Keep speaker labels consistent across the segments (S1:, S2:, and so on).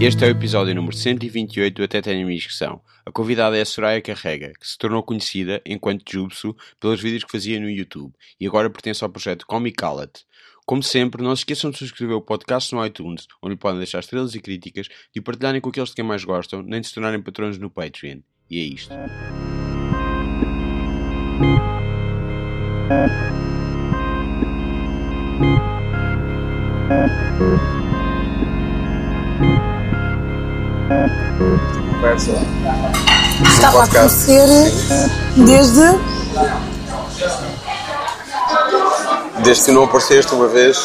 S1: Este é o episódio número 128 do Até Tenho Minha Inscrição. A convidada é a Soraya Carrega, que se tornou conhecida, enquanto Jubso, pelos vídeos que fazia no YouTube e agora pertence ao projeto Comicalat. Como sempre, não se esqueçam de subscrever o podcast no iTunes, onde podem deixar estrelas e críticas, de o partilharem com aqueles de quem mais gostam, nem de se tornarem patronos no Patreon. E é isto.
S2: conversa.
S3: Estava a
S2: podcast.
S3: acontecer eh, desde.
S2: Desde que não apareceste uma vez,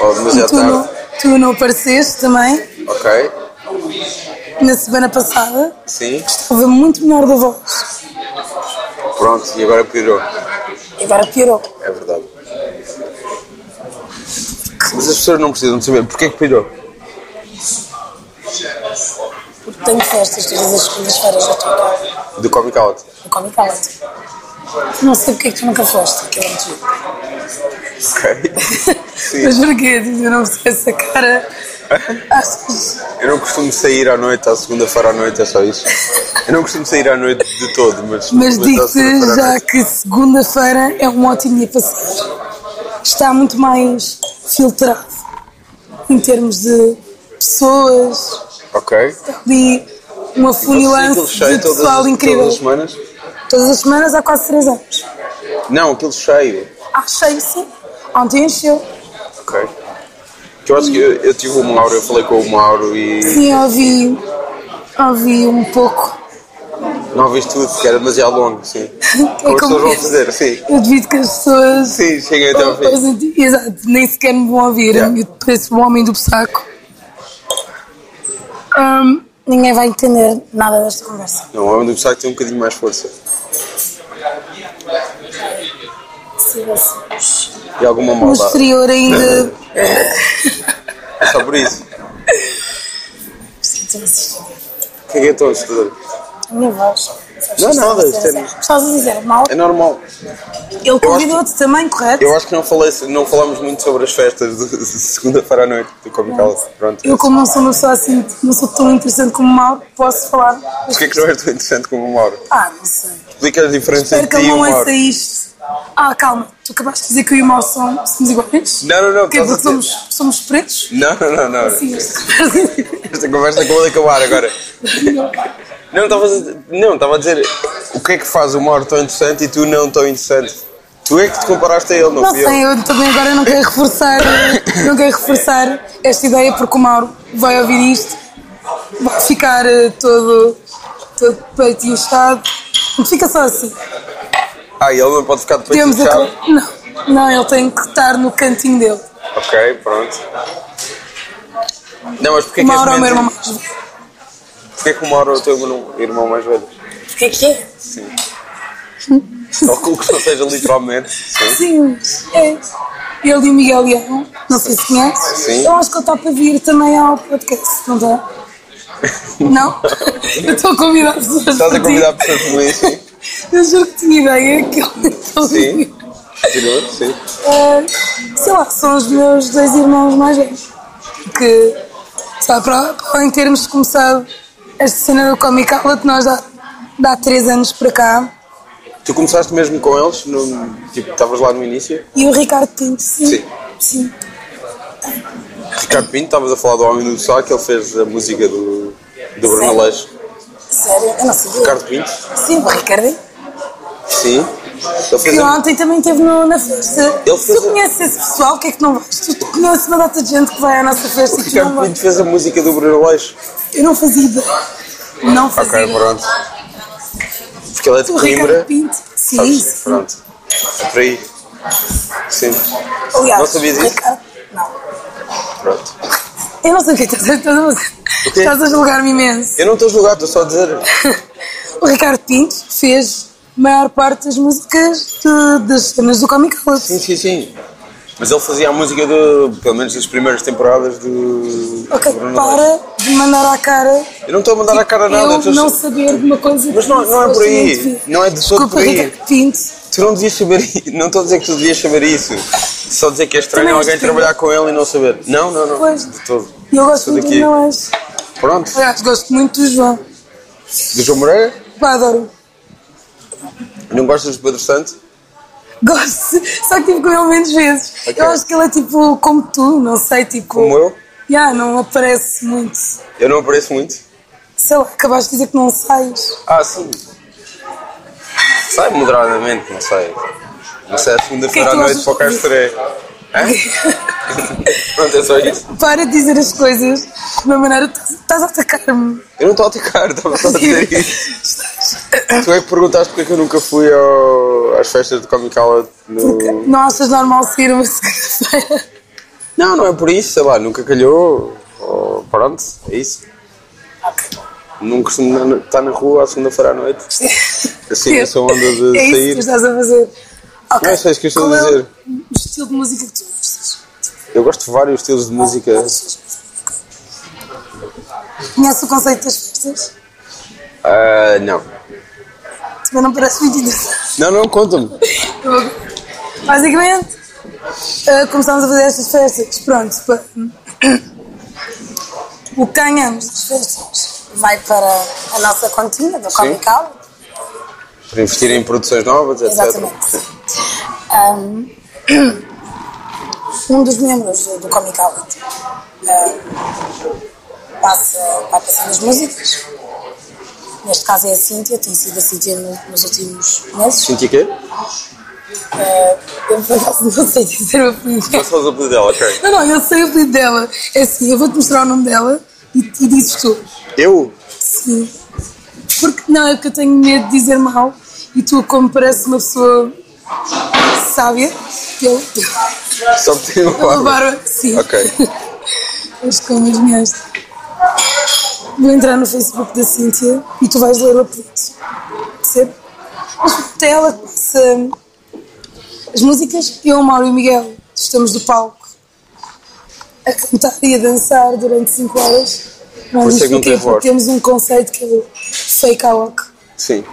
S2: ou demasiado
S3: Tu não,
S2: tarde,
S3: tu não apareceste também,
S2: ok?
S3: na semana passada.
S2: Sim,
S3: Estava muito melhor da voz.
S2: pronto, e agora piorou.
S3: E agora piorou.
S2: É verdade. Mas as pessoas não precisam de saber porque é que pirou.
S3: Porque tenho festas todas as segundas-feiras na tua casa.
S2: Do Comic Out.
S3: No Comic Out. Não sei porque é que tu nunca foste, que é muito giro.
S2: Ok.
S3: Mas
S2: Sim.
S3: porquê? Tipo, Eu não sei essa cara. Achas?
S2: Eu não costumo sair à noite, à segunda-feira à noite, é só isso. Eu não costumo sair à noite de todo, mas.
S3: Mas
S2: à
S3: digo-te
S2: segunda-feira à
S3: já
S2: noite.
S3: que segunda-feira é um ótimo dia para sair. Está muito mais filtrado em termos de pessoas,
S2: Ok.
S3: de uma
S2: Aquilo
S3: funilance de
S2: cheio todas
S3: pessoal
S2: as-
S3: incrível.
S2: todas as semanas?
S3: Todas as semanas há quase 3 anos.
S2: Não, aquilo cheio.
S3: Ah, cheio sim. Ontem encheu.
S2: Ok. Que eu acho que eu, eu tive o Mauro, eu falei com o Mauro e
S3: Sim, ouvi, ouvi um pouco.
S2: não viste tudo, porque era demasiado longo, sim. Como as pessoas vão
S3: este.
S2: fazer, sim.
S3: É Eu devido que as pessoas.
S2: Sim, cheguei até ao fim.
S3: Pois, Exato, nem sequer me vão ouvir.
S2: Yeah.
S3: Eu pareço o homem do saco. Hum, ninguém vai entender nada desta conversa.
S2: Não, o homem do Bussaco tem um bocadinho mais força.
S3: Se tivéssemos
S2: E alguma
S3: No
S2: maldade.
S3: exterior ainda.
S2: É só por isso.
S3: Se tivesse estudado.
S2: O que é que eu estou a estudar?
S3: A minha voz. sabes
S2: Não,
S3: que
S2: nada,
S3: estás a
S2: isto
S3: dizer
S2: é-
S3: assim. Estás a dizer mal.
S2: É normal.
S3: Ele convidou-te também, correto?
S2: Eu acho que não, falei, não falámos muito sobre as festas de de segunda-feira à noite do Comic House. Pronto. é
S3: Eu, como não sou uma pessoa assim, não sou tão interessante como mal, posso falar.
S2: Porquê é que não és tão interessante como o Mauro?
S3: Ah, não sei.
S2: Explica as diferenças
S3: Espero que
S2: entre
S3: ele
S2: ti e
S3: não é assim.
S2: o
S3: ouça
S2: Mauro.
S3: isto. Ah, calma, tu acabaste de dizer que eu e o mal somos, somos iguais?
S2: Não, não, não,
S3: Quer
S2: estás a
S3: dizer que
S2: dizer-
S3: somos, somos pretos?
S2: Não, não, não, não.
S3: Sim, esta conversa-
S2: Esta conversa acabou de acabar agora. Não, estava a dizer- não, estava a dizer o que é que faz o Mauro tão interessante e tu não tão interessante. Tu é que te comparaste a ele, não,
S3: Não
S2: fui eu.
S3: sei, eu também agora não quero reforçar, não quero reforçar esta ideia porque o Mauro vai ouvir isto, vai ficar eh, todo, todo peito inchado. Não Fica só assim.
S2: Ah, e ele não pode ficar depois
S3: Temos a...
S2: fechado?
S3: Não, não, ele tem que estar no cantinho dele.
S2: é Ok, pronto. Não, mas porquê
S3: O
S2: que, és
S3: Mauro é o meu
S2: menos-
S3: irmão mais velho.
S2: porquê que o Mauro é o teu irmão- irmão mais velho?
S3: Porquê que é?
S2: Sim. Calculo que não seja literalmente. Sim.
S3: Sim, é. Ele e o Miguel Leão, não sei se conheces.
S2: Sim.
S3: Eu acho que ele está para vir também ao podcast, não está? Não? Eu estou a convidar pessoas.
S2: Estás
S3: para
S2: a
S3: ti.
S2: convidar pessoas como isso? Sim.
S3: Eu juro que tinha ideia que ele estava
S2: Sim. Tirou? Sim.
S3: sei lá, são os meus dois irmãos mais velhos. Que, sei lá, para, para em termos começado esta cena do Comic Outlet, nós dá, dá três anos para cá.
S2: Tu começaste mesmo com eles? No, tipo, estavas lá no início?
S3: E o Ricardo Pinto, sim.
S2: Sim.
S3: Sim.
S2: Ricardo Pinto, estavas a falar do Homem do Saco, ele fez a música do, do Bruno Aleixo.
S3: Sério, eu não sabia.
S2: Ricardo Pinto?
S3: Sim, o Ricardo.
S2: Sim. Ele fez
S3: Que
S2: a...
S3: ontem também esteve no- na festa.
S2: Ele
S3: Se
S2: fez
S3: tu
S2: a-
S3: conheces esse pessoal, o que é que não vais? Tu, tu conheces uma data de gente que vai à nossa festa e tu não
S2: Ricardo Pinto
S3: vais.
S2: fez a música do Bruno Aleixo.
S3: Eu não fazia ideia. Não fazia
S2: Ok,
S3: ideia.
S2: pronto. Porque ele é de
S3: O Ricardo
S2: Coimbra.
S3: Pinto. Sim,
S2: Sabes?
S3: sim.
S2: Pronto. É por aí. Sim.
S3: Aliás,
S2: não sabias isso?
S3: Ricardo- Não.
S2: Pronto.
S3: Eu não sei o que é que estás a
S2: quê?
S3: Estás a julgar-me imenso.
S2: Eu não estou a julgar, estou só a dizer.
S3: O Ricardo Pinto fez a maior parte das músicas de- das cenas do Comic
S2: Sim,
S3: Club.
S2: sim, sim. Mas ele fazia a música do. pelo menos das primeiras temporadas do.
S3: Ok,
S2: do Bruno Aleixo.
S3: para de mandar à cara
S2: Eu não estou a mandar a cara nada.
S3: eu
S2: estou a-
S3: não saber de uma coisa
S2: Mas não-
S3: que
S2: não é por aí.
S3: supostamente vi.
S2: Não é de todo
S3: Desculpa,
S2: por aí.
S3: Ricardo Pinto.
S2: Tu não devias saber i- Não estou a dizer que tu devias saber isso. Só dizer que é estranho
S3: Também é
S2: alguém
S3: estranho.
S2: trabalhar com ele e não saber. Não, não, não.
S3: Pois.
S2: De todo.
S3: E eu gosto
S2: Sou
S3: muito
S2: daqui.
S3: de não és.
S2: Pronto.
S3: Aliás, gosto muito do João.
S2: Do João Moreira?
S3: Pá, adoro.
S2: Não gostas do Pedro Santo?
S3: Gosto, só que tive com ele menos vezes.
S2: Ok.
S3: Eu acho que ele é tipo como tu, não sei, tipo.
S2: Como eu?
S3: Ya, não aparece muito.
S2: Eu não apareço muito.
S3: Sei lá, acabaste de dizer que não sais.
S2: Ah, sim. Sai moderadamente, não sei. Não sei, é segunda-feira
S3: O
S2: à
S3: que é que
S2: noite
S3: tu
S2: para o
S3: achas-
S2: Castre. Pronto, é só isso.
S3: Para de dizer as coisas de uma maneira. tu Estás a atacar-me.
S2: Eu não estou a atacar, estava só a dizer isso.
S3: Estás-
S2: Tu é que perguntaste porque é que eu nunca fui ao- às festas de Comic Con
S3: Porque
S2: no.
S3: não achas normal sair uma segunda-feira?
S2: Não, não é por isso, sei lá, nunca calhou. ou- pronto, é isso. Não costumo na- estar na rua à segunda-feira à noite. Assim, essa onda de
S3: é isso que
S2: sair.
S3: tu estás a fazer. Ok.
S2: Não, é só isso que eu estou a
S3: Qual é
S2: dizer.
S3: o estilo de música que tu gostas?
S2: Eu gosto de vários estilos de música.
S3: Conhece o conceito das festas?
S2: Ah, não.
S3: Também não parece muito interessante.
S2: Não, não, conta-me.
S3: Basicamente, eh, começámos a fazer estas festas. Pronto, pa- o que ganhamos das festas vai para a nossa continha, da Comical,
S2: Para investir em produções novas, etc.
S3: Exatamente. Um, um dos membros do Comic Outlet uh, passa, vai passando as músicas. Neste caso é a Cíntia, tem sido a Cíntia no- nos últimos meses.
S2: Senti quê?
S3: Eu por acaso não sei dizer o apelido.
S2: Passou o apelido dela, ok.
S3: Não, não, eu sei o apelido dela. É assim, eu vou-te mostrar o nome dela e, e dizes tu.
S2: Eu?
S3: Sim. Porque não, é porque eu tenho medo de dizer mal e tu, como parece uma pessoa sábia, eu,
S2: Só me tenho uma
S3: eu vou
S2: barba.
S3: levar. Sim.
S2: Ok.
S3: Mas como as minhas. Vou entrar no Facebook da Cíntia e tu vais ler o apelido. Percebe? Mas até ela que passa as músicas, eu, Mauro e o Miguel, estamos do palco a cantar e a dançar durante 5 horas. Nós
S2: Por isso é que não
S3: nos
S2: tem
S3: fingimos,
S2: voz.
S3: temos um conceito que é o fake walk.
S2: Sim.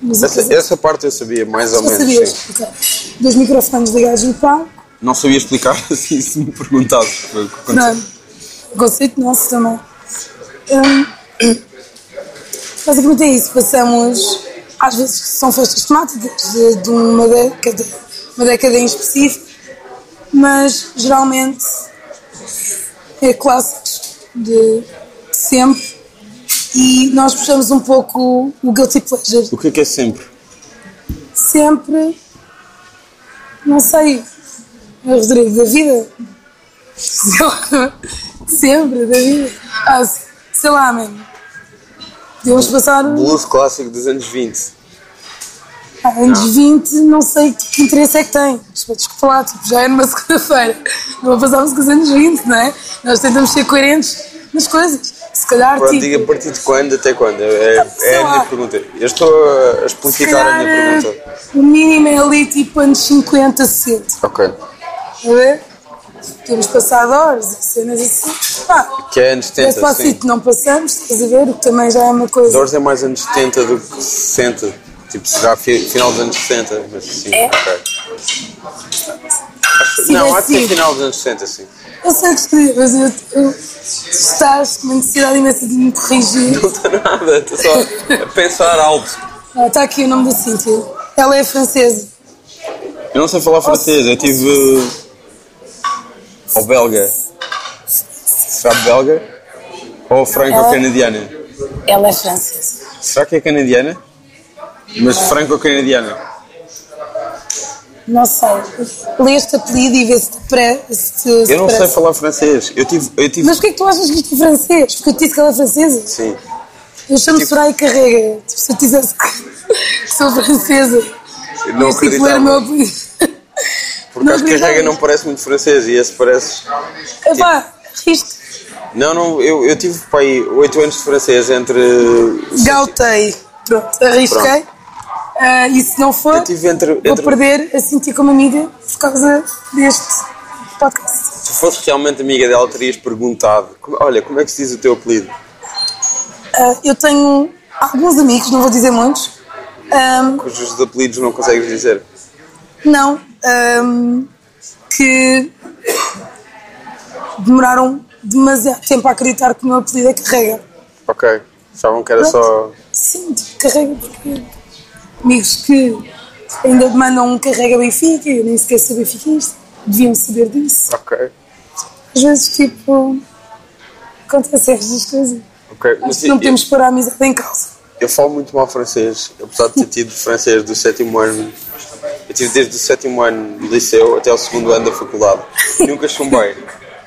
S3: Músicas
S2: Essa, essa parte eu sabia, mais ou
S3: eu
S2: menos.
S3: sabia
S2: é sim.
S3: explicar. Dois microfones ligados no palco.
S2: Não sabia explicar assim se me perguntavas. foi o que aconteceu.
S3: Não, conceito nosso também. Hum, basicamente é isso, passamos, às vezes são festas temáticas de, de uma década, uma década em específico, mas geralmente é clássicos de sempre e nós puxamos um pouco o guilty pleasure
S2: O que é que é sempre?
S3: sempre, não sei, Rodrigo, da vida. sempre, da vida. Ah, se- sei lá, mesmo. Devemos passar
S2: Blues clássico dos anos 20.
S3: ah, anos 20, não sei que interesse é que tem. Desculpa desculpa lá, tipo, já é numa segunda-feira. Não passamos com os anos 20, não é? Nós tentamos ser coerentes nas coisas. Se calhar,
S2: Pronto, diga a
S3: tipo,
S2: partir de quando até quando? É,
S3: Sei
S2: é a
S3: lá.
S2: minha pergunta. Eu estou a
S3: se
S2: explicar a
S3: calhar
S2: minha pergunta.
S3: eh, o mínimo é ali tipo anos 50, 60.
S2: Ok.
S3: Está a ver? Temos passado horas e cenas assim. Pá,
S2: Que é anos
S3: esse
S2: 70, sim.
S3: passito não passamos, estás a ver? O que também já é uma coisa.
S2: Doors é mais anos 70 do que 60. Tipo, já fi- final dos anos 60, mas sim,
S3: É?
S2: ok. Acho,
S3: Se
S2: não,
S3: tivesse
S2: acho que é
S3: sido.
S2: final dos anos 60, sim.
S3: Eu sei que escrevi, mas eu, eu, tu estás com uma necessidade imensa de me corrigir.
S2: Não estou nada, estou só a pensar alto.
S3: Ah, Está aqui o nome da Cíntia. Ela é francesa.
S2: Eu não sei falar francês, eu tive. Ou belga. Será belga? Ou franco-canadiana?
S3: Ela é francesa.
S2: Será que é canadiana? Mas franco-canadiana.
S3: Não sei. Lê este apelido e vê se te pré. Se te, se
S2: Eu não
S3: te
S2: sei
S3: parece.
S2: falar francês. Eu tive. Eu tive...
S3: Mas porquê é que tu achas que isto é francês? Porque eu te disse que ela é francesa?
S2: Sim.
S3: Eu chamo-me Soraya Carrega. Tipo, se eu te dissesse que sou francesa,
S2: Eu não
S3: ias tipo ler o
S2: acreditava.
S3: meu apelido.
S2: Porque acho que a
S3: acreditava.
S2: regra não parece muito francês e esse parece.
S3: Epá, riste.
S2: Não, não, eu, eu tive para aí 8 anos de francês entre.
S3: Gautei. Pronto, arrisquei. Ah, e se não for,
S2: Eu tive entre.
S3: vou
S2: entre
S3: perder a sentir como amiga por causa deste podcast.
S2: se fosse realmente amiga dela, terias perguntado: "Como- Olha, como é que se diz o teu apelido?
S3: Ah, eu tenho alguns amigos, não vou dizer muitos. Ah, Ahm,
S2: Cujos apelidos não consegues dizer.
S3: hum, não. ahm, que demoraram demasiado tempo a acreditar que o meu apelido é carrega.
S2: Ok. Achavam que era só.
S3: Sim, tipo, carrega porque amigos que ainda mandam um carrega Benfica, eu nem sequer sou benfiquista, é deviam saber disso.
S2: Ok.
S3: Às vezes, tipo, acontecem estas coisas.
S2: Ok.
S3: Acho
S2: Mas tipo,
S3: que não
S2: eu,
S3: podemos pôr a amizade em causa.
S2: eu falo muito mal francês, apesar de ter tido francês do sétimo ano. Eu tive desde o sétimo ano do liceu até o segundo ano da faculdade. Nunca chumbei.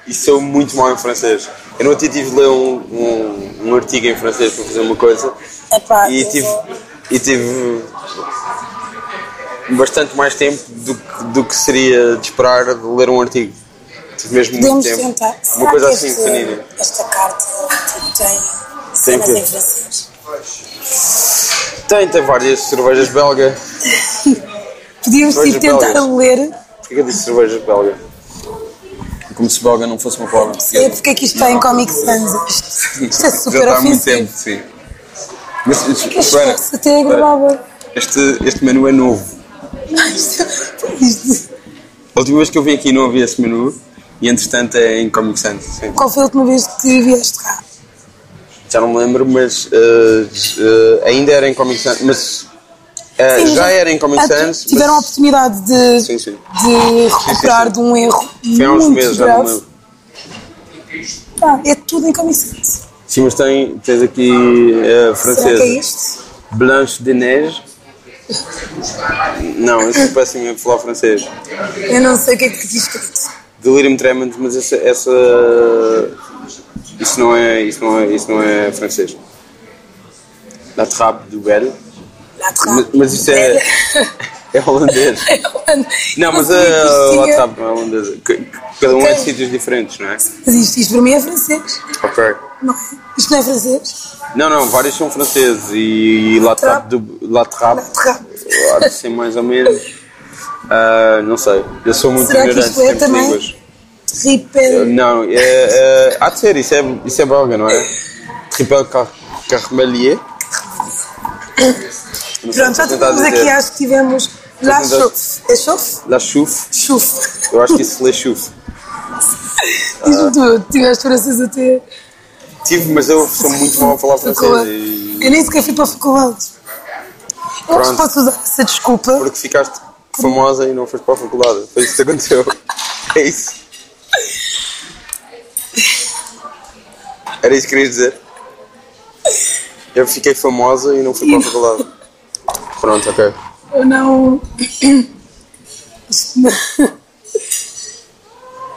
S2: E sou muito mal em francês. Eu não tive de ler um, um, um artigo em francês para fazer uma coisa
S3: Epá,
S2: e tipo,
S3: eu-
S2: tive, e tive bastante mais tempo do, que- do que seria de esperar de ler um artigo. Tive mesmo muito
S3: Podemos
S2: tempo.
S3: tentar.
S2: tipo, Uma
S3: Será
S2: coisa
S3: que
S2: assim
S3: este-
S2: pequenina.
S3: Esta carta tipo, tem cenas
S2: quê?
S3: em francês.
S2: Tem, tem várias cervejas belga.
S3: Podíamos
S2: Dois
S3: ir tentar um
S2: rebeldes.
S3: ler.
S2: Porquê que eu disse cervejas belga? Como se belga não fosse uma palavra
S3: É porque é que isto está em Comic Sans. Isto, isto é super
S2: Já está há muito
S3: ofensivo.
S2: tempo, sim. Mas,
S3: Que
S2: Joana,
S3: esforço até é gravava.
S2: este, este menu é novo.
S3: Isto-
S2: A última vez que eu vim aqui não havia esse menu e entretanto é em Comic Sans. sim.
S3: Qual foi a última vez que vieste cá?
S2: Já não me lembro, mas eh, eh, ainda era em Comic Sans, mas eh,
S3: Sim,
S2: já
S3: mas
S2: era em Comic
S3: ah,
S2: Sans.
S3: Tiveram a
S2: mas
S3: oportunidade de,
S2: Sim, sim.
S3: de recuperar de um erro
S2: foi há uns
S3: muito
S2: meses, já não me
S3: grave.
S2: lembro.
S3: Ah, é tudo em Comic Sans.
S2: Sim, mas tem, tens aqui eh,
S3: Será que é
S2: francesa.
S3: isto?
S2: Blanche de Neige. Não, é isso parece mesmo falar francês.
S3: Eu não sei o que é que diz escrito.
S2: Delirium Tremens, mas essa, essa isso não é, isso não é, isso não é francês. La Trappe du Bel.
S3: Lá de
S2: Mas,
S3: rabo.
S2: mas isso é, é holandês.
S3: um
S2: Não, mas a
S3: Isto
S2: lá
S3: tinha-
S2: está, não é holandesa. C- c- Cada um é de
S3: Ok.
S2: sítios diferentes, não é?
S3: Mas isto, isto para mim é francês.
S2: Ok.
S3: Não, isto não é francês.
S2: Não, não, vários são franceses e, e La Trappe, do, La Trappe,
S3: Lá de rabo.
S2: eu acho que sim, mais ou menos. Ah, não sei, eu sou muito
S3: Será que
S2: ignorante
S3: isto é
S2: sempre de
S3: também?
S2: línguas.
S3: Ripel.
S2: Não, é, é, há de ser, isso é, isso é belga, não é? Tripel Car Carmelier. Não sei, vou
S3: Pronto, já
S2: tentar
S3: tivemos aqui,
S2: dizer.
S3: acho que tivemos La
S2: tentar-
S3: Chauffe. É Chauffe?
S2: La Chouffe,
S3: Chauffe.
S2: eu acho que isso lê Chouffe. Ah.
S3: Diz-me tu, tiveste francês até.
S2: Tive, mas eu sou muito mal a falar francês.
S3: faculdade.
S2: e-
S3: Eu nem sequer fui para a faculdade. Eu acho
S2: Pronto.
S3: que posso usar essa desculpa.
S2: porque ficaste famosa e não foste para a faculdade. Foi isso que aconteceu. É isso. Era isso que querias dizer. Eu fiquei famosa e não fui para a faculdade. Pronto, ok.
S3: Eu não. Acho que não-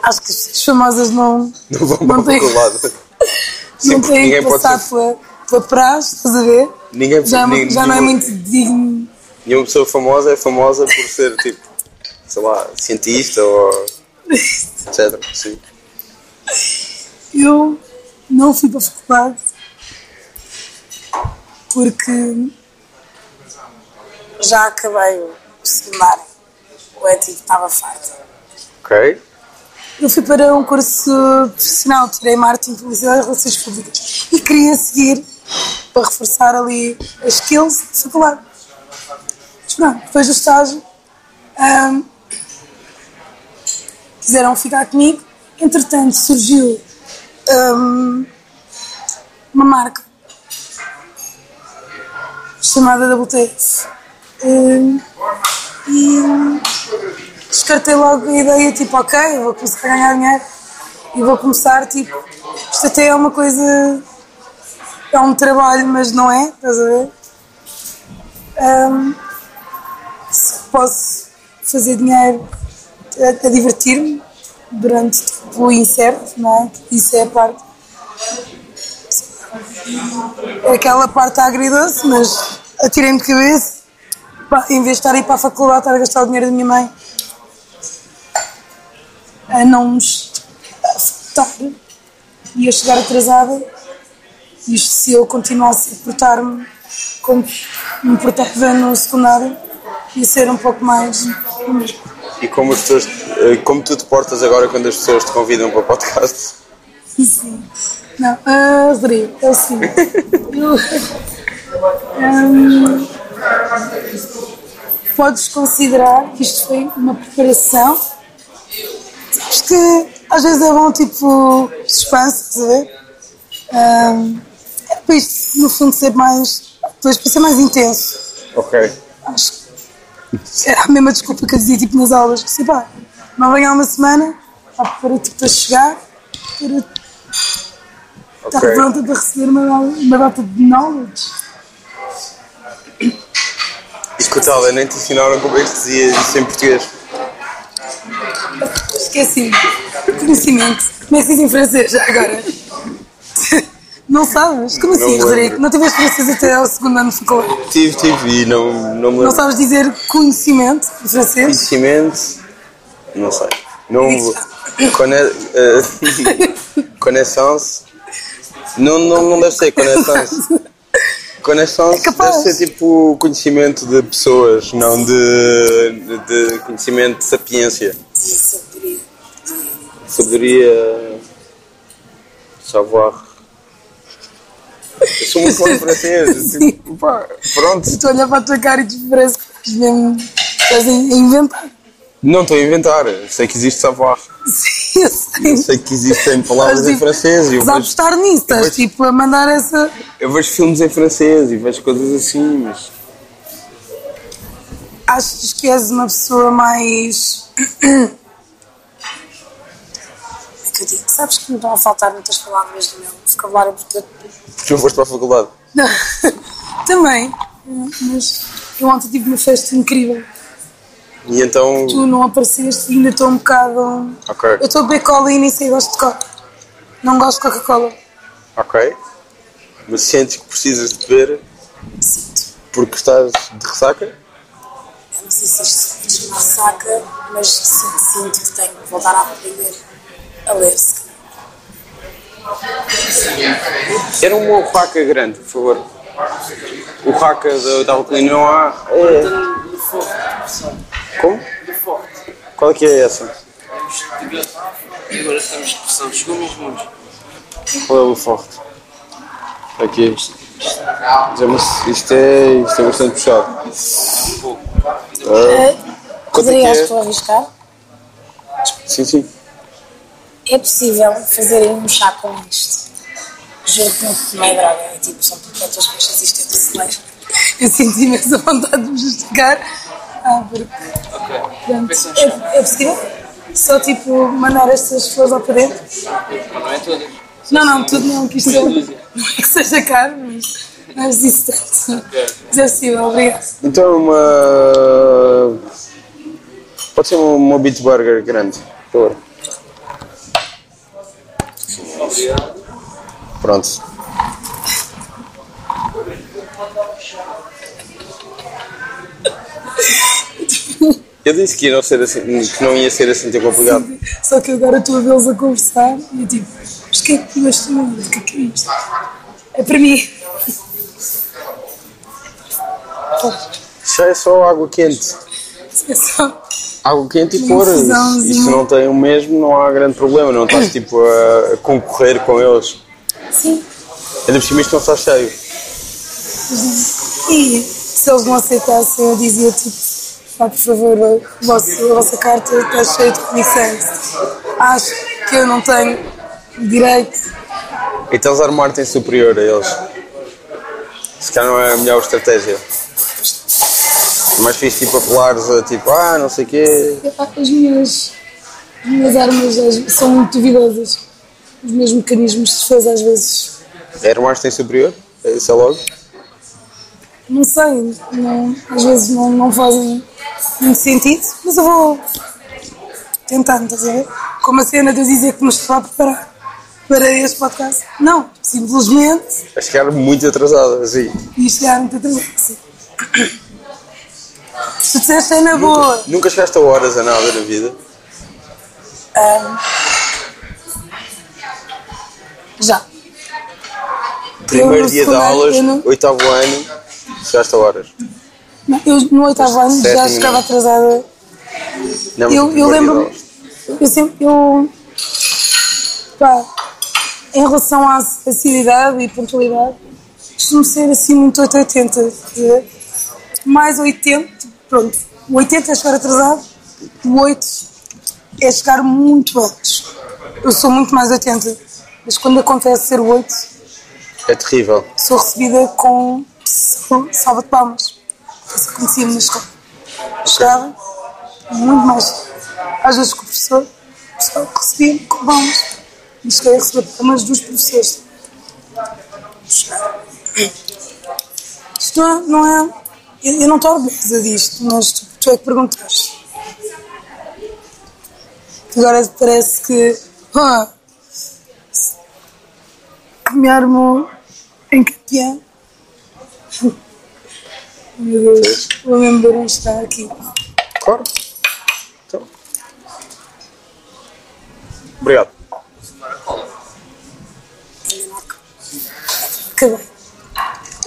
S3: Acho que as famosas não,
S2: Não vão para
S3: Não
S2: a
S3: tem-
S2: faculdade. Sim,
S3: não
S2: porque
S3: têm
S2: ninguém
S3: que
S2: pode
S3: passar
S2: ser-
S3: pela, pela praxe, estás a ver?
S2: Ninguém-
S3: já,
S2: nin-
S3: já não é
S2: nenhuma-
S3: muito digno.
S2: Nenhuma pessoa famosa é famosa por ser tipo, sei lá, cientista ou etc. Sim.
S3: Eu não fui para a faculdade porque já acabei o secundário. O ético estava farto.
S2: Ok?
S3: Eu fui para um curso profissional, tirei marketing, publicidade e relações públicas e queria seguir para reforçar ali as skills de faculdade. Mas pronto, depois do estágio ahm, quiseram ficar comigo. Entretanto surgiu ahm, uma marca chamada WTF Ahm, e descartei logo a ideia, tipo, ok, eu vou começar a ganhar dinheiro e vou começar, tipo, isto até é uma coisa, é um trabalho, mas não é, estás a ver? Ahm, se posso fazer dinheiro a, a divertir-me durante tipo, o incerto, não é? Isso é a parte. É aquela parte agridoce, mas atirei-me de cabeça. Pá, em vez de estar a ir para a faculdade, estar a gastar o dinheiro da minha mãe a não nos afetar e a chegar atrasada. E se eu continuasse a portar-me como me portava no secundário, ia ser um pouco mais.
S2: E como, as pessoas, como tu te portas agora quando as pessoas te convidam para podcast?
S3: Sim. Não, ah, Rodrigo, é o seguinte. Eu- Ahm, ah, podes considerar que isto foi uma preparação. Sabes que Às vezes é bom, tipo, suspense, estás a ver? Ahm, é para isto, no fundo, ser mais. Depois, para ser mais intenso.
S2: Ok.
S3: Acho que era a mesma desculpa que eu dizia, tipo, nas aulas. Que, sei pá, não venho há uma semana, pá, para, tipo, para chegar, para estar
S2: Ok.
S3: pronta para receber uma, dal- uma data de knowledge.
S2: E coitada, nem te ensinaram como é que se dizia isso em português.
S3: Esqueci. Conhecimento. Como é que se diz em francês já agora? Não sabes?
S2: Não
S3: Como assim,
S2: lembro.
S3: Rodrigo? Não tiveste francês até ao segundo ano de faculdade?
S2: Tive, tive e não, não me
S3: Não
S2: lembro.
S3: sabes dizer conhecimento em francês?
S2: Conhecimento? Não sei. Não vou. Cone... eh, Connaissance? Não, não, não deve ser connaissance. Connaissance
S3: É capaz.
S2: deve ser tipo conhecimento de pessoas, não de, de conhecimento de sapiência. Sabedoria. Savoir. Eu sou muito bom em francês.
S3: Sim.
S2: tipo, pá, pronto.
S3: Estou a olhar para a tua cara e tu parece que estás mesmo estás a inventar.
S2: Não estou a inventar. Sei que existe savoir.
S3: Sim, eu sei.
S2: Eu sei que existem palavras
S3: Estás,
S2: em
S3: tipo,
S2: francês e eu
S3: Estás a
S2: vejo,
S3: apostar nisso, estás
S2: vejo-
S3: tipo a mandar essa.
S2: eu vejo filmes em francês e vejo coisas assim, mas
S3: Achas que és uma pessoa mais. Como é que eu digo? Sabes que me estão a faltar muitas palavras do meu vocabulário portanto,
S2: porque não foste para a faculdade.
S3: Não, também. Mas eu ontem tive uma festa incrível.
S2: E então.
S3: Tu não apareceste e ainda estou um bocado.
S2: Ok,
S3: Eu estou a beber cola e nem sei gosto de cola. Não gosto de Coca-Cola.
S2: ok. Mas sentes que precisas de beber
S4: Sinto.
S2: porque estás de ressaca?
S4: Eu não sei se isto se diz ressaca, mas sinto, sinto que tenho que voltar a aprender a ler. se calhar.
S2: Era um meu raca grande, por favor. O raca da, da Alclina não há. É. Como? Qual é que é essa?
S5: E agora estamos de pressão, chegou mesmo hoje.
S2: Qual é o forte? Aqui. Isto, isto, é, isto é bastante puxado.
S5: Um pouco.
S2: Ah, Quanto é que
S4: Rodrigo, acho que
S2: é?
S4: vou arriscar.
S2: Sim, sim.
S4: É possível fazerem um chá com isto. Juro que não tomei droga. É tipo, são tantas coisas isto é brasileiro.
S3: Eu senti imensa vontade de me justificar. Ah, porque,
S5: Ok.
S3: pronto, é, é possível? Só tipo mandar estas flores lá para dentro?
S5: Não é todas.
S3: Não, não, tudo não, que isto é, não
S5: dúzia.
S3: é que seja caro, mas não é isso tanto. Mas é possível, obrigado.
S2: Então uma. Pode ser um, uma, uma Beat Burger grande, por favor. Pronto. Eu disse que, ia não ser assim, que não ia ser assim tão complicado.
S3: Só que agora estou a vê-los a conversar e eu tipo, mas quem é que tu esta música? O que é que é isto? É para mim.
S2: Já é só água quente.
S3: É só.
S2: Água quente e
S3: Uma
S2: cor.
S3: infusãozinha.
S2: E se não tem o mesmo, não há grande problema. Não estás tipo a a concorrer com eles.
S3: Sim.
S2: Ainda por cima isto não está cheio.
S3: E se eles não aceitassem, eu dizia tipo, pá, por favor, o vosso- a vossa carta está cheia de reconhecimento. Acho que eu não tenho direito.
S2: Então usar uma arte superior a eles. Se calhar não é a melhor estratégia. Mas fiz tipo apelares a tipo, ah, não sei o quê.
S3: Epá, As minhas, as minhas armas às- são muito duvidosas. Os meus mecanismos de defesa às vezes
S2: Era uma arte É superior? Isso é logo?
S3: Não sei, não- às vezes não, não fazem muito sentido, mas eu vou tentando, estás a ver? Como a cena de eu dizer que me estou a preparar para este podcast. Não, simplesmente é
S2: Acho que era muito atrasado, assim.
S3: e chegar muito atrasado. sim. Se tu disseste é na boa.
S2: Nunca chegaste a horas a nada na vida.
S3: Ah, já.
S2: Primeiro
S3: no
S2: dia de
S3: secundário,
S2: aulas,
S3: eu não-
S2: oitavo ano, chegaste a horas.
S3: Não, Eu no oitavo ano já
S2: Sétimo,
S3: chegava
S2: não.
S3: atrasada.
S2: Não, mas
S3: Eu,
S2: no
S3: eu
S2: primeiro dia de
S3: lembro-me.
S2: aulas.
S3: Eu sempre. Eu, pá, em relação à assiduidade e pontualidade, costumo ser assim muito 880. estás a ver? Mais 80, pronto. O 80 é chegar atrasado, o 8 é chegar muito antes. Eu sou muito mais 80. Mas quando acontece ser o 8,
S2: É terrível.
S3: sou recebida com salva de palmas. Eu só conhecia-me na escola. Chegava, muito mais. Às vezes com o professor, o pessoal recebia-me com palmas. E cheguei a receber palmas dos professores. Chegava. Isto não é. Não é eu, eu não estou orgulhosa disto, mas tu, tu é que perguntaste. Agora parece que. Ah, que me armou em campeã. Meu Deus, o meu barulho está aqui.
S2: Claro. Então. Obrigado.
S3: Acabei.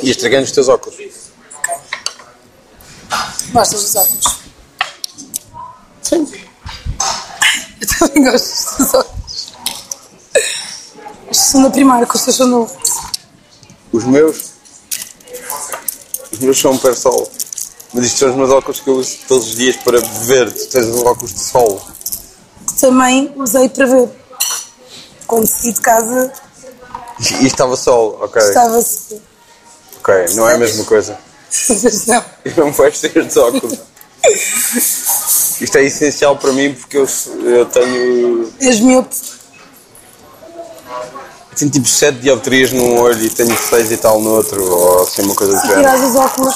S2: E estraguei os teus óculos.
S3: Gostas dos óculos? Sim. Eu também gosto dos óculos. Estes são da primária, que os teus são do
S2: Os meus. Os meus são um pé sol. Mas isto são os meus óculos que eu uso todos os dias para beber. Tu tens os óculos de sol.
S3: que também usei para ver. Quando saí de casa,
S2: E e estava sol, ok.
S3: estava-se.
S2: Ok, não é a mesma coisa.
S3: Mas não.
S2: Não vais ter de óculos. Isto é essencial para mim porque eu, eu tenho.
S3: És miope.
S2: Tenho tipo 7 dioptrias num olho e tenho 6 e tal no outro, ou assim uma coisa do
S3: Se
S2: género.
S3: tirares os óculos,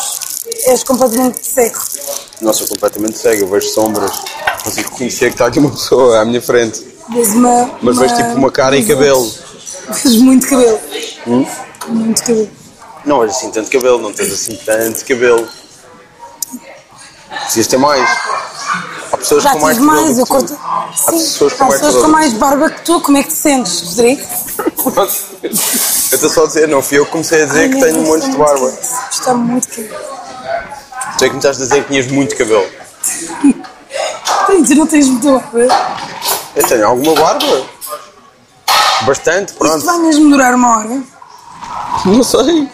S3: és completamente cego.
S2: Não sou completamente cego, eu vejo sombras. Consigo reconhecer que está aqui uma pessoa à minha frente.
S3: Vês uma.
S2: Mas vejo tipo uma cara e
S3: uns
S2: cabelo. Hum?
S3: outros. Vês muito cabelo. Muito cabelo.
S2: Não vejo assim tanto cabelo, não tens assim tanto cabelo. Precisas ter mais. Há pessoas
S3: Já
S2: com mais
S3: tive
S2: cabelo.
S3: mais,
S2: do
S3: eu
S2: que tu.
S3: corto. Sim,
S2: pessoas com
S3: há
S2: mais
S3: pessoas
S2: cabelo.
S3: com mais barba que tu. Como é que te sentes, Rodrigo?
S2: Eu estou só a dizer, não fui eu que comecei a dizer
S3: Ai,
S2: que
S3: meu
S2: tenho um
S3: Deus,
S2: monte de
S3: está
S2: barba.
S3: muito quente. Está muito quente.
S2: Tu é que me estás a dizer que tinhas muito cabelo.
S3: Ai, Então, Tu não tens muita barba.
S2: Eu tenho alguma barba? Bastante,
S3: Isto
S2: pronto.
S3: vai mesmo durar uma hora.
S2: Não sei.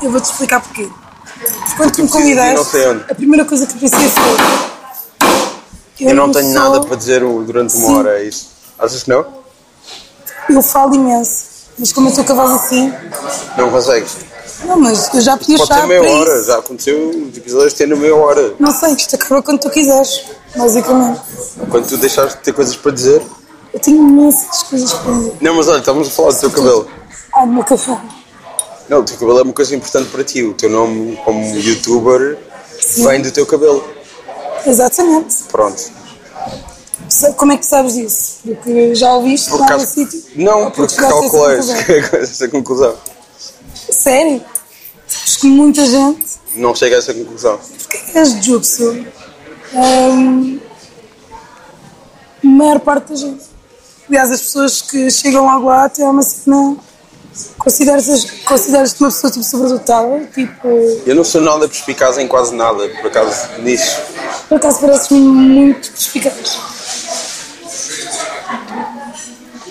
S3: Eu vou-te explicar porquê. Quando tu me
S2: preciso ir não
S3: convidaste,
S2: sei onde.
S3: a primeira coisa que pensei foi.
S2: Eu não tenho
S3: sou-
S2: nada para dizer durante uma
S3: Sim.
S2: hora, é isso. Achas que não?
S3: Eu falo imenso, mas como eu estou com a voz assim.
S2: Não consegues.
S3: Não, mas eu já podia
S2: Pode
S3: estar
S2: ser meia
S3: para
S2: hora,
S3: isso.
S2: já aconteceu os episódios terem meia hora.
S3: Não sei, isto acaba quando tu quiseres, basicamente.
S2: Quando tu deixaste de ter coisas para dizer.
S3: Eu tenho imensas coisas para dizer.
S2: Não, mas olha, estamos a falar do teu cabelo.
S3: Ah, meu café.
S2: Não, o teu cabelo é uma coisa importante para ti. O teu nome como youtuber vem do teu cabelo.
S3: Exatamente.
S2: Pronto.
S3: Sa- Como é que sabes disso? Porque já ouviste
S2: Por
S3: lá no
S2: acaso-
S3: é sítio?
S2: Não,
S3: Ou
S2: porque
S3: chegaste a essa
S2: calculei
S3: conclusão?
S2: essa conclusão.
S3: Sério? Acho que muita gente.
S2: Não chega a essa conclusão.
S3: Porquê que és de Jupso? Hum, a maior parte da gente. Aliás, as pessoas que chegam logo lá até há uma cena. Consideras-te consideras uma pessoa tipo sobredotada? Tipo.
S2: Eu não sou nada perspicaz em quase nada, por acaso, nisso.
S3: Por acaso pareces-me muito perspicaz.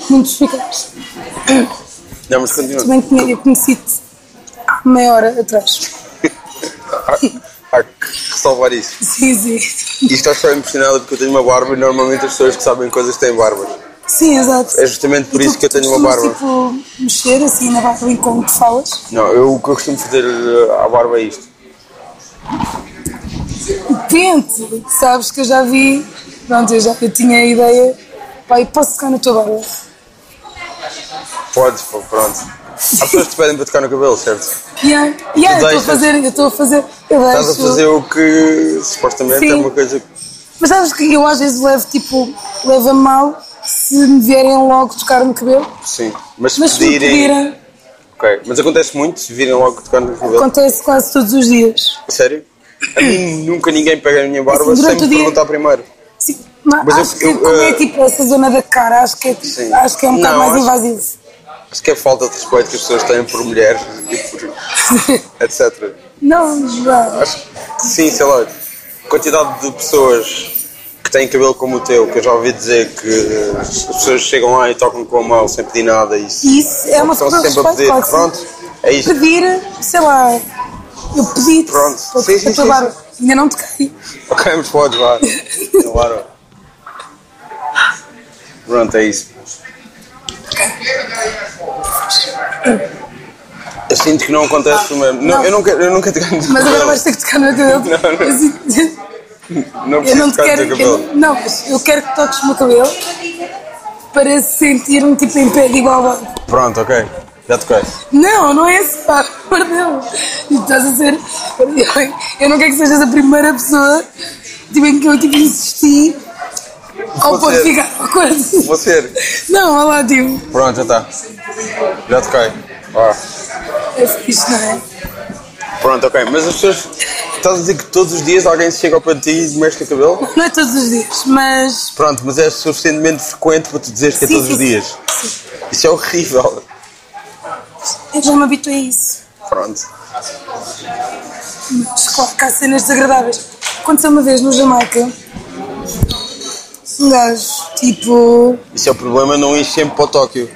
S3: Muito perspicaz.
S2: Não, mas
S3: Se
S2: continua.
S3: bem que eu conheci-te há meia hora atrás.
S2: Há, há Ah, que ressalvar isso.
S3: Sim, sim.
S2: E estás só impressionada porque eu tenho uma barba e normalmente as pessoas que sabem coisas têm barbas.
S3: Sim, exato.
S2: É justamente por
S3: E tu
S2: isso que eu tenho uma barba.
S3: costumas, tipo, mexer assim na barba em como tu falas.
S2: Não, eu, o que eu costumo fazer eh, à barba é isto.
S3: Depende. Sabes que eu já vi... Pronto, eu já eu tinha a ideia... Pai, posso tocar na tua barba?
S2: Podes, pô, pronto. Há pessoas que te pedem para tocar no cabelo, certo?
S3: Yeah, yeah, eu estou a
S2: deixas.
S3: fazer... Eu estou a fazer... Eu
S2: Estás a
S3: deixo.
S2: fazer o que supostamente é
S3: Sim.
S2: uma coisa que.
S3: Mas sabes que eu às vezes levo, tipo, levo a mal se me vierem logo tocar no cabelo.
S2: Sim. Mas se
S3: Mas se me
S2: pedirem.
S3: pedirem,
S2: Ok. Mas acontece muito se virem logo tocar no cabelo.
S3: acontece quase todos os dias.
S2: Sério? A mim nunca ninguém pega a minha barba
S3: Assim,
S2: sem
S3: durante
S2: me
S3: o dia-
S2: perguntar primeiro.
S3: Sim, mas,
S2: Mas eu-
S3: acho que
S2: eu,
S3: como é
S2: eh,
S3: tipo essa zona da cara, acho que é,
S2: Sim.
S3: acho que é um bocado
S2: Não,
S3: mais
S2: acho-
S3: invasivo.
S2: Acho que é falta de respeito que as pessoas têm por mulheres e por. etc.
S3: Não, João.
S2: Acho que sim, sei lá. a Quantidade de pessoas que têm cabelo como o teu, que eu já ouvi dizer que eh, as pessoas chegam lá e tocam com a mão sem pedir nada e isso.
S3: Isso é uma
S2: Estão
S3: falta de
S2: sempre a
S3: respeito,
S2: pedir.
S3: claro que sim.
S2: Pronto, é isso.
S3: Pedir, sei lá, eu pedi
S2: Pronto.
S3: para
S2: Sim, sim,
S3: para
S2: sim,
S3: tua barba. Ainda não toquei.
S2: Então, Ok, mas podes, vá. Claro. Pronto, é isso. Eu sinto que não acontece o mesmo. Não,
S3: Não.
S2: Eu, não quero, eu nunca te ganho
S3: Mas agora vais ter que tocar no meu cabelo.
S2: Não, é não. Não
S3: Eu sinto- Eu
S2: preciso
S3: não te
S2: tocar no teu
S3: quero. eu-
S2: cabelo.
S3: não, mas eu quero que toques o meu cabelo para sentir-me tipo em pé de igual ao banco.
S2: Pronto, ok. Já toquei.
S3: Não, não é esse, pá, por Deus. Estás a ser. eu- Eu não quero que sejas a primeira pessoa tipo, em que eu tipo, insisti ao
S2: Vou
S3: ponto de
S2: ser.
S3: ficar com a coisa.
S2: Vou ser.
S3: Não, olha lá, tipo,
S2: Pronto, já está. Já toquei. Ó.
S3: é fixe, não é?
S2: Pronto, ok. Mas as pessoas. Estás a dizer que todos os dias alguém chega ao pé de ti e mexe o cabelo?
S3: Não é todos os dias, mas.
S2: Pronto, mas é suficientemente frequente para tu dizeres que é
S3: Sim,
S2: todos os
S3: sim,
S2: dias. Isso é horrível.
S3: Eu já me habituei a isso.
S2: Pronto.
S3: Mas claro que há cenas desagradáveis. Aconteceu uma vez no Jamaica. Um gajo, tipo.
S2: Isso é o problema, não ir sempre para o Tóquio.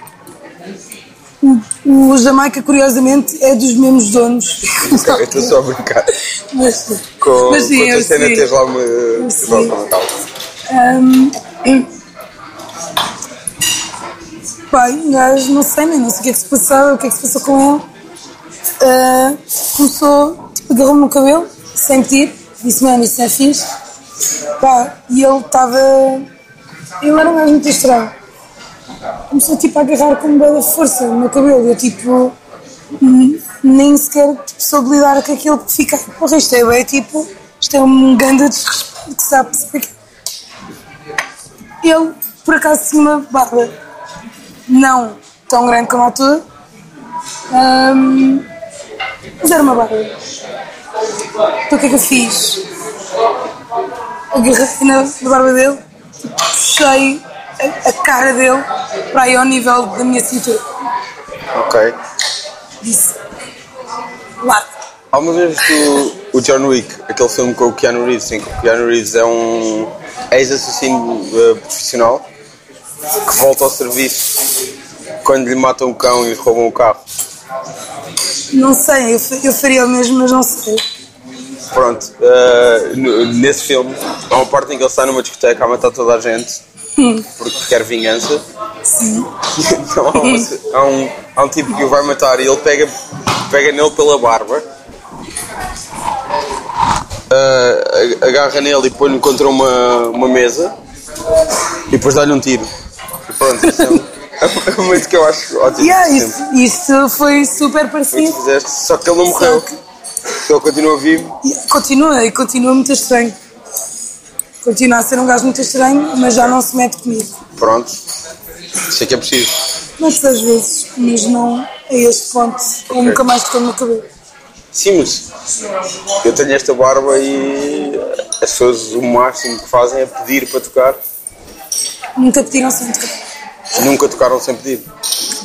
S3: O, o Jamaica, curiosamente, é dos mesmos donos.
S2: Eu estou só a brincar.
S3: mas,
S2: Com,
S3: mas sim,
S2: com a tua
S3: eu
S2: cena
S3: sei.
S2: tens lá uma. tens lá
S3: sim.
S2: uma calça.
S3: Ahm, Pá, um gajo, não sei, nem não sei o que é que se passava, o que é que se passou com ele. Ah, começou, tipo, agarrou-me no cabelo, sem pedir, disse, mano, isso é fixe. Pá, e ele estava. Ele era um gajo muito estranho. Começou, tipo, a agarrar com bela força no meu cabelo. Eu, tipo, n- nem sequer tipo, soube lidar com aquilo que fica. Porra, isto é bem, tipo, isto é um ganda desrespeito que sabe-se para quê. Ele, por acaso, tinha uma barba não tão grande como a tua, ahm, mas era uma barba. Então o que é que eu fiz? Agarrei na, na barba dele e puxei a, a cara dele para aí ao nível da minha cintura.
S2: Ok.
S3: Disse: Larga.
S2: Alguma vez tu- o John Wick, aquele filme com o Keanu Reeves, em que o Keanu Reeves é um ex-assassino eh, profissional que volta ao serviço quando lhe matam o cão e lhe roubam o carro.
S3: Não sei, eu, fa- eu faria o mesmo, mas não sei.
S2: Pronto, eh, n- nesse filme há uma parte em que ele está numa discoteca a matar toda a gente porque quer vingança.
S3: Sim.
S2: Então há, uma- há um, há um tipo que o vai matar e ele pega, pega nele pela barba, ah, a- agarra nele e põe-no contra uma, uma mesa e depois dá-lhe um tiro. E pronto, isso é um- é um momento que eu acho ótimo.
S3: Yeah,
S2: sempre.
S3: é isso, isso foi super
S2: Foi o que
S3: parecido.
S2: tu fizeste, só que ele não morreu.
S3: Só
S2: Ele continua vivo.
S3: E Continua, e continua muito estranho. Continua a ser um gajo muito estranho, mas já não se mete comigo.
S2: Pronto. Isso é que é preciso.
S3: Muitas vezes, mas não a este ponto. Eu nunca mais tocou no meu cabelo.
S2: Sim, mas eu tenho esta barba e eh, as pessoas o máximo que fazem é pedir para tocar.
S3: Nunca pediram sem tocar.
S2: Nunca tocaram sem pedir.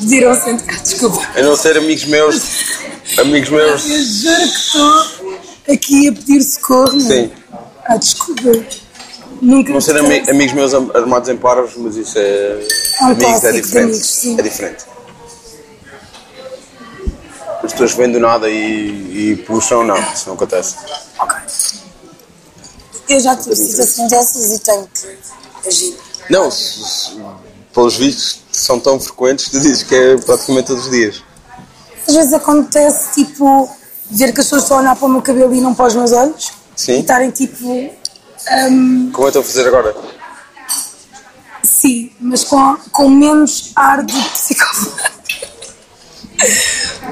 S3: Pediram sem tocar, desculpa.
S2: A não ser amigos meus. Amigos
S3: Eu
S2: meus.
S3: juro que estou aqui a pedir socorro. não é?
S2: Sim.
S3: Ah, desculpa. Nunca
S2: A não ser
S3: pediram
S2: ami- amigos meus am- armados em paros, mas isso é.
S3: É um
S2: Amigos é
S3: clássico de
S2: diferente.
S3: amigos, sim.
S2: é diferente. As pessoas vêm do nada e, e puxam, não, isso não acontece.
S4: Eu já tive situações dessas e tenho que agir.
S2: Não, se- se- pelos vistos são tão frequentes que tu dizes que é praticamente todos os dias.
S3: Às vezes acontece, tipo, ver que as pessoas estão a olhar para o meu cabelo e não para os meus olhos.
S2: Sim.
S3: E estarem, tipo... hum,
S2: Como é eu estou a fazer agora?
S3: Sim, mas com, com menos ar de psicopata.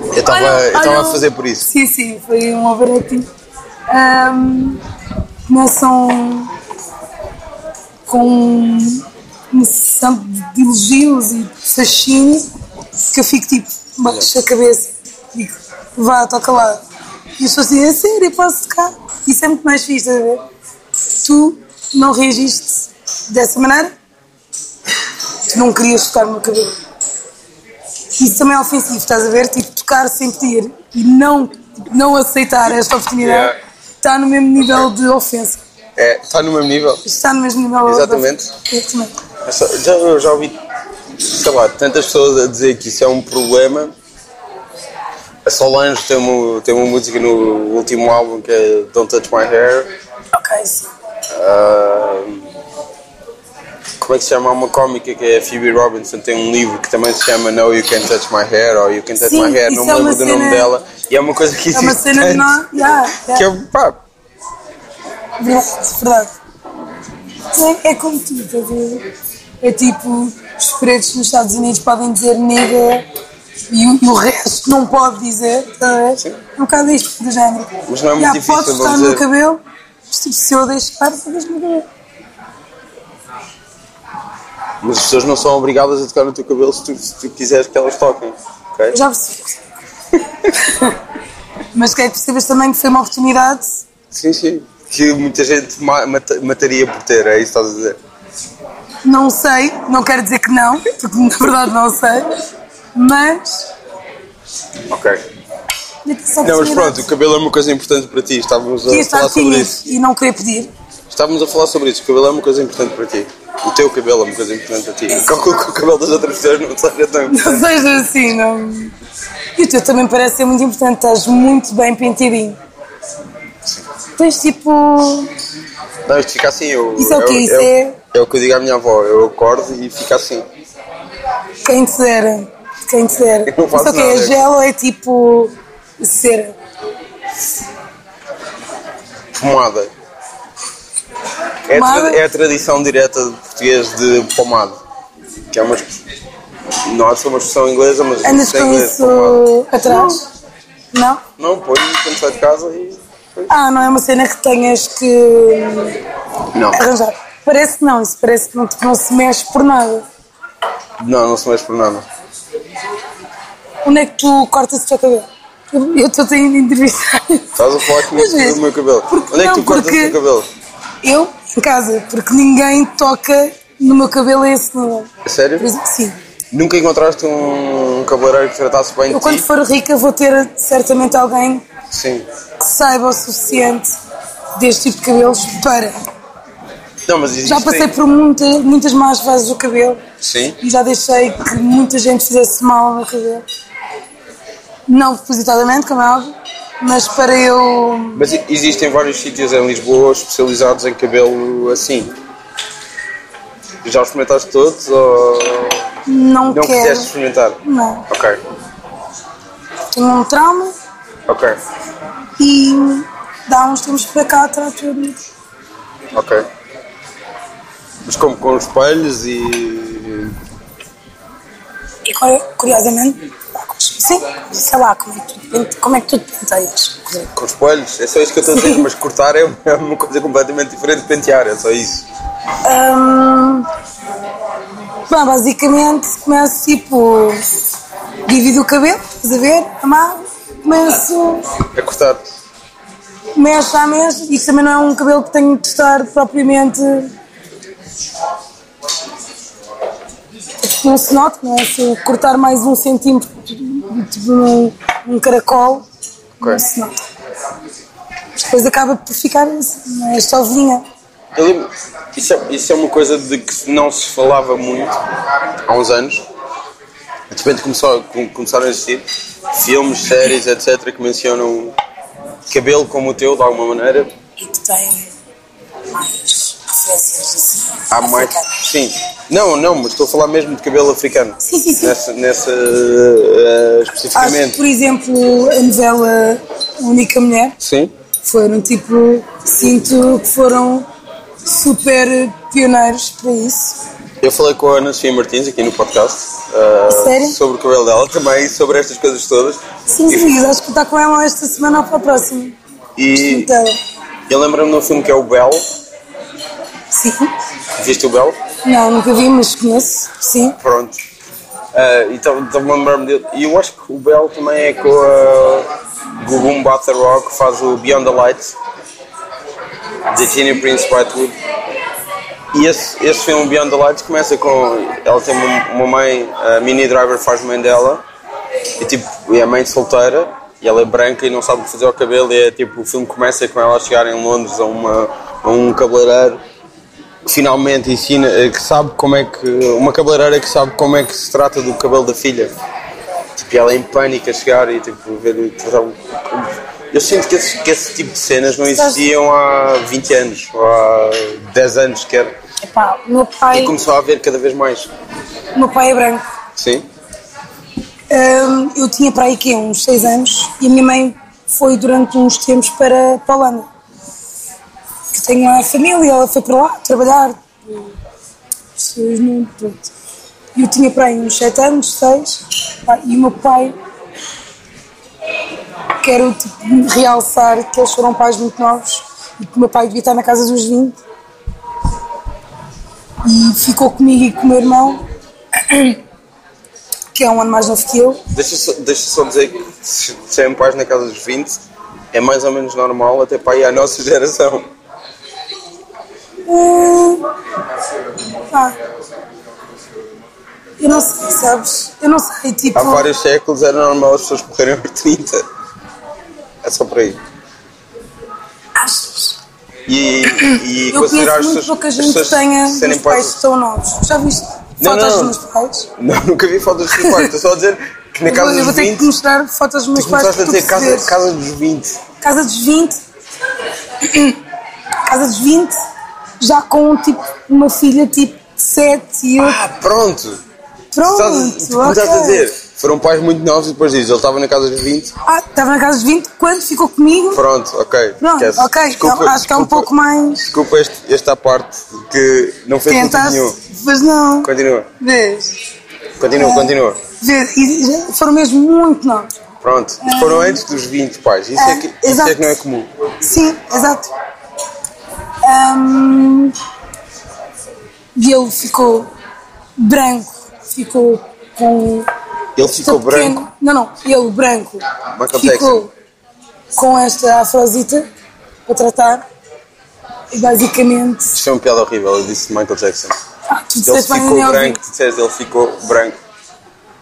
S2: Eu estava eu estava a fazer por isso.
S3: Sim, sim, foi um overacting. Ahm, começam com um sessão de elogios e de sashimi que eu fico tipo, baixo a cabeça, digo, vá, toca lá. E as pessoas dizem, a sério, posso tocar? Isso é muito mais fixe, estás a ver? Tu não reagiste dessa maneira? Tu não querias tocar no meu cabelo. Isso também é ofensivo, estás a ver? Tipo, tocar sem pedir e não, tipo, não aceitar esta oportunidade
S2: Yeah.
S3: está no mesmo nível de ofensa.
S2: É, está no mesmo nível.
S3: Está no mesmo nível de
S2: Exatamente.
S3: ofensa. Exatamente.
S2: Eu só- Já, eu já ouvi, sei lá, tantas pessoas a dizer que isso é um problema. A Solange tem uma, tem uma música no último álbum que é Don't Touch My Hair.
S3: Ok, sim.
S2: Ah, como é que se chama? Há uma cómica que é a Phoebe Robinson, tem um livro que também se chama No You Can't Touch My Hair ou You Can't Touch
S3: Sim,
S2: My Hair,
S3: isso
S2: não
S3: é
S2: me
S3: uma
S2: lembro do nome
S3: cena-
S2: dela. E é uma coisa que
S3: É
S2: existe.
S3: uma cena
S2: tanto,
S3: de nós. Yeah,
S2: Que
S3: yeah.
S2: é, pá,
S3: Verdade, verdade. Sim, É como tu, estás a ver? É tipo, os pretos nos Estados Unidos podem dizer nega e o, e o resto não pode dizer, estás a ver? É um bocado isto do género.
S2: Mas não é muito
S3: Já,
S2: difícil, vamos
S3: podes tocar no meu
S2: dizer.
S3: cabelo, mas tipo, se eu deixar, tocas no meu cabelo.
S2: mas as pessoas não são obrigadas a tocar no teu cabelo se tu, se tu quiseres que elas toquem. ok?
S3: Eu já percebi. mas quero que percebas também que foi uma oportunidade.
S2: Sim, sim. Que muita gente ma- mata- mataria por ter, é isso que estás a dizer.
S3: Não sei, não quero dizer que não, porque na verdade não sei, mas.
S2: Ok.
S3: dei-te essa
S2: Não, mas
S3: oportunidade.
S2: pronto, o cabelo é uma coisa importante para ti. Estávamos a
S3: Queria
S2: falar
S3: estar
S2: sobre
S3: tímido
S2: isso.
S3: e não querer pedir.
S2: Estávamos a falar sobre isso. O cabelo é uma coisa importante para ti. O teu cabelo é uma coisa importante para ti. Calculo que o cabelo das outras pessoas não seja tão importante.
S3: Não seja assim, não. E o teu também parece ser muito importante, estás muito bem penteadinho. Tens tipo.
S2: Não, isto fica assim. Eu,
S3: Isso é o quê?
S2: eu-
S3: Isso
S2: eu-
S3: é-
S2: é o que eu digo à minha avó. Eu acordo e fica assim.
S3: Quem te dera. Quem te dera.
S2: Eu não faço
S3: Só que é
S2: nada.
S3: gel ou é tipo. cera?
S2: Pomada. É, a tra-
S3: Pomada?
S2: é a tradição direta de português de pomada. Que é uma. exp- Não é só uma expressão inglesa, mas.
S3: Andas
S2: isso é
S3: com
S2: inglês, pomada.
S3: isso atrás? Não?
S2: Não, põe quando sai de casa e.
S3: Ah, não é uma cena que tenhas que
S2: Não.
S3: arranjar. Parece que não, isso parece que não, tipo, não se mexe por nada.
S2: Não, não se mexe por nada.
S3: Onde é que tu cortas o teu cabelo? Eu- Eu estou a entrevistar.
S2: Estás a falar comigo
S3: Mas é-
S2: do meu cabelo.
S3: porque
S2: Onde é que
S3: não,
S2: tu cortas
S3: porque-
S2: o teu cabelo?
S3: Eu, em casa, porque ninguém toca no meu cabelo a esse nível.
S2: A É sério?
S3: Por exemplo, sim.
S2: Nunca encontraste um cabeleireiro que tratasse bem
S3: Eu,
S2: de
S3: quando
S2: ti?
S3: for rica, vou ter certamente alguém
S2: Sim.
S3: que saiba o suficiente deste tipo de cabelos para.
S2: Não, mas existem...
S3: Já passei por muita, muitas más fases do cabelo
S2: é- Sim?
S3: e já deixei que muita gente fizesse mal ao meu cabelo. Não propositadamente, como é óbvio, mas para eu.
S2: Mas e- existem vários sítios em Lisboa especializados em cabelo assim. Já os experimentaste todos ou
S3: Não,
S2: não
S3: quero.
S2: quiseste experimentar?
S3: Não.
S2: Ok,
S3: Tenho um trauma
S2: ok,
S3: e dá uns tempos para cá, trato tudo.
S2: ok. Mas como com os espelhos e.
S4: E
S3: é,
S4: curi- curiosamente, pá, com- sim, sei lá, como é que tu, te pente- como é que tu te penteias?
S2: com os espelhos? É só isso que eu estou a dizer, mas cortar é uma- é uma coisa completamente diferente de pentear, é só isso.
S3: Hum, bom, basicamente começo tipo. Divido o cabelo, estás a ver? Amarro, começo,
S2: É cortar.
S3: mexo à mesa. Isto também não é um cabelo que tenho de estar propriamente. Não se nota, não é? Se eu cortar mais um centímetro, tipo um, um caracol, não se nota. Mas depois acaba por ficar assim, não é? Esta ovinha.
S2: Eu lembro- isso, é, isso é uma coisa de que não se falava muito há uns anos. De repente começou, com- começaram a existir filmes, séries, etc., que mencionam cabelo como o teu, de alguma maneira.
S4: E tu tens mais referências assim.
S2: Há mais.
S4: africanas.
S2: Sim. Não, não, mas estou a falar mesmo de cabelo africano.
S3: Sim, sim, Ah, sim.
S2: Nessa, nessa eh,
S3: Acho que,
S2: especificamente.
S3: por exemplo, a novela Única Mulher
S2: Sim.
S3: foram tipo, sinto que foram super pioneiros para isso.
S2: Eu falei com a Ana Sofia Martins aqui no podcast eh,
S3: Sério?
S2: sobre o cabelo dela também, sobre estas coisas todas.
S3: Sim, sim, acho que está com ela esta semana ou para a próxima.
S2: E
S3: Então,
S2: eu lembro-me de um filme que é o Bell.
S3: sim,
S2: Viste o Bell?
S3: não, nunca vi, mas conheço, sim.
S2: Pronto. Ah, então estou-me a lembrar-me dele. E eu acho que o Bell também é com a Gugum Rock que faz o Beyond the Light de Tina Prince Whitewood. E esse, esse filme Beyond the Light começa com. Ela tem uma, uma mãe, a Mini Driver faz mãe dela, e tipo, é mãe solteira, e ela é branca e não sabe o que fazer ao cabelo, e é tipo, o filme começa com ela a chegar em Londres a, uma, a um cabeleireiro que finalmente ensina, eh, que sabe como é que. Uma cabeleireira que sabe como é que se trata do cabelo da filha. Tipo, e ela é em pânico a chegar e tipo, ver. tratar- Eu sinto que esse, que esse tipo de cenas não existiam há 20 anos, ou há 10 anos, que era.
S4: Epá, o meu pai,
S2: E começou a haver cada vez mais.
S3: O meu pai é branco.
S2: Sim?
S3: Hum, eu tinha para aí quê, uns 6 anos e a minha mãe foi durante uns tempos para, para a Holanda. Que tenho lá a família, ela foi para lá trabalhar. Pessoas não. Pronto. Eu tinha para aí uns 7 anos, 6. E o meu pai. Quero tipo, realçar que eles foram pais muito novos e que o meu pai devia estar na casa dos 20. E ficou comigo e com o meu irmão, que é um ano mais novo que eu.
S2: Deixa só, deixa só dizer que se serem pais na casa dos 20 é mais ou menos normal até para aí à nossa geração.
S3: Pá. Eu não sei, sabes? Eu não sei, tipo.
S2: Há vários séculos era normal as pessoas morrerem aos 30. É só por aí.
S4: achas?
S2: E, e
S3: eu
S2: considerar
S3: conheço
S2: as pessoas-
S3: muito pouca
S2: as
S3: gente que
S2: pessoas
S3: tenha
S2: serem
S3: uns pais tão novos. Já viste
S2: Não,
S3: fotos
S2: não.
S3: dos meus pais?
S2: Não, nunca vi fotos dos teus pais. Estou só a dizer que na
S3: Eu vou,
S2: casa
S3: eu vou
S2: dos
S3: ter que
S2: 20.
S3: te mostrar fotos dos meus
S2: Tu
S3: pais.
S2: começaste a
S3: para tu
S2: dizer casa,
S3: perceberes.
S2: casa dos 20.
S3: Casa dos 20. casa dos 20, já com tipo, uma filha tipo 7 e 8.
S2: Ah, pronto!
S3: Pronto,
S2: Estás, tu começaste a
S3: ok.
S2: dizer. Foram pais muito novos e depois dizes, ele estava na casa dos 20.
S3: Ah, estava na casa dos 20 quando ficou comigo.
S2: Pronto, ok.
S3: Pronto,
S2: esquece.
S3: ok.
S2: Desculpa,
S3: então, acho que é um
S2: desculpa.
S3: pouco mais.
S2: Desculpa este, esta parte que não fez sentido
S3: Tentaste,
S2: nenhum.
S3: mas não.
S2: Continua,
S3: Vês? É.
S2: continua, continua.
S3: Vês? E já foram mesmo muito novos.
S2: Pronto, foram antes dos 20 pais. Isso, é, que,
S3: Ah,
S2: isso é
S3: É. exato.
S2: que não é comum.
S3: Sim, exato. Ahm, e ele ficou branco, ficou com. um
S2: Ele ficou
S3: todo pequeno.
S2: branco.
S3: Não, não, ele branco.
S2: Michael
S3: ficou com esta afrosita para tratar. E basicamente.
S2: Isto é uma piada horrível, eu disse Michael Jackson.
S3: Ah, tu
S2: Ele
S3: disseste bem na
S2: ficou
S3: minha
S2: branco, tu disseste, ele ficou branco.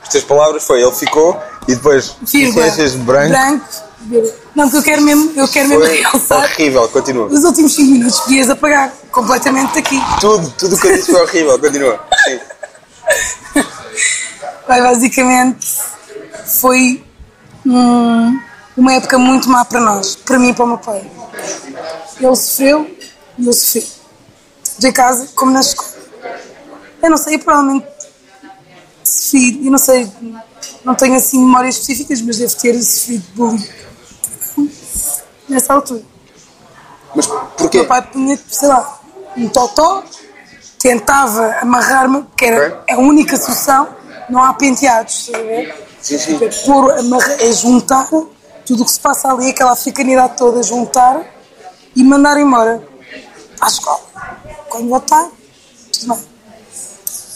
S2: As tuas palavras foi, ele ficou e depois disseste branco.
S3: branco. vírgula. Não, porque eu quero mesmo, eu quero mesmo
S2: Foi
S3: realçar.
S2: horrível, continua.
S3: Os últimos 5 minutos podias apagar completamente daqui.
S2: Tudo, tudo o que eu disse foi horrível, continua. Sim.
S3: Mas basicamente foi hum, uma época muito má para nós, para mim e para o meu pai. Ele sofreu e eu sofri. De casa, como na escola. Eu não sei, eu provavelmente sofri, eu não sei, não tenho assim memórias específicas, mas devo ter sofrido bullying nessa altura.
S2: Mas
S3: O meu
S2: porquê?
S3: pai punha, sei lá, um totó, tentava amarrar-me, que era
S2: Ok.
S3: a única solução, não há penteados, estás a ver?
S2: Sim, sim.
S3: É pôr, amarra- é juntar tudo o que se passa ali, aquela africanidade toda, juntar e mandar embora à escola. Quando voltar, tudo bem.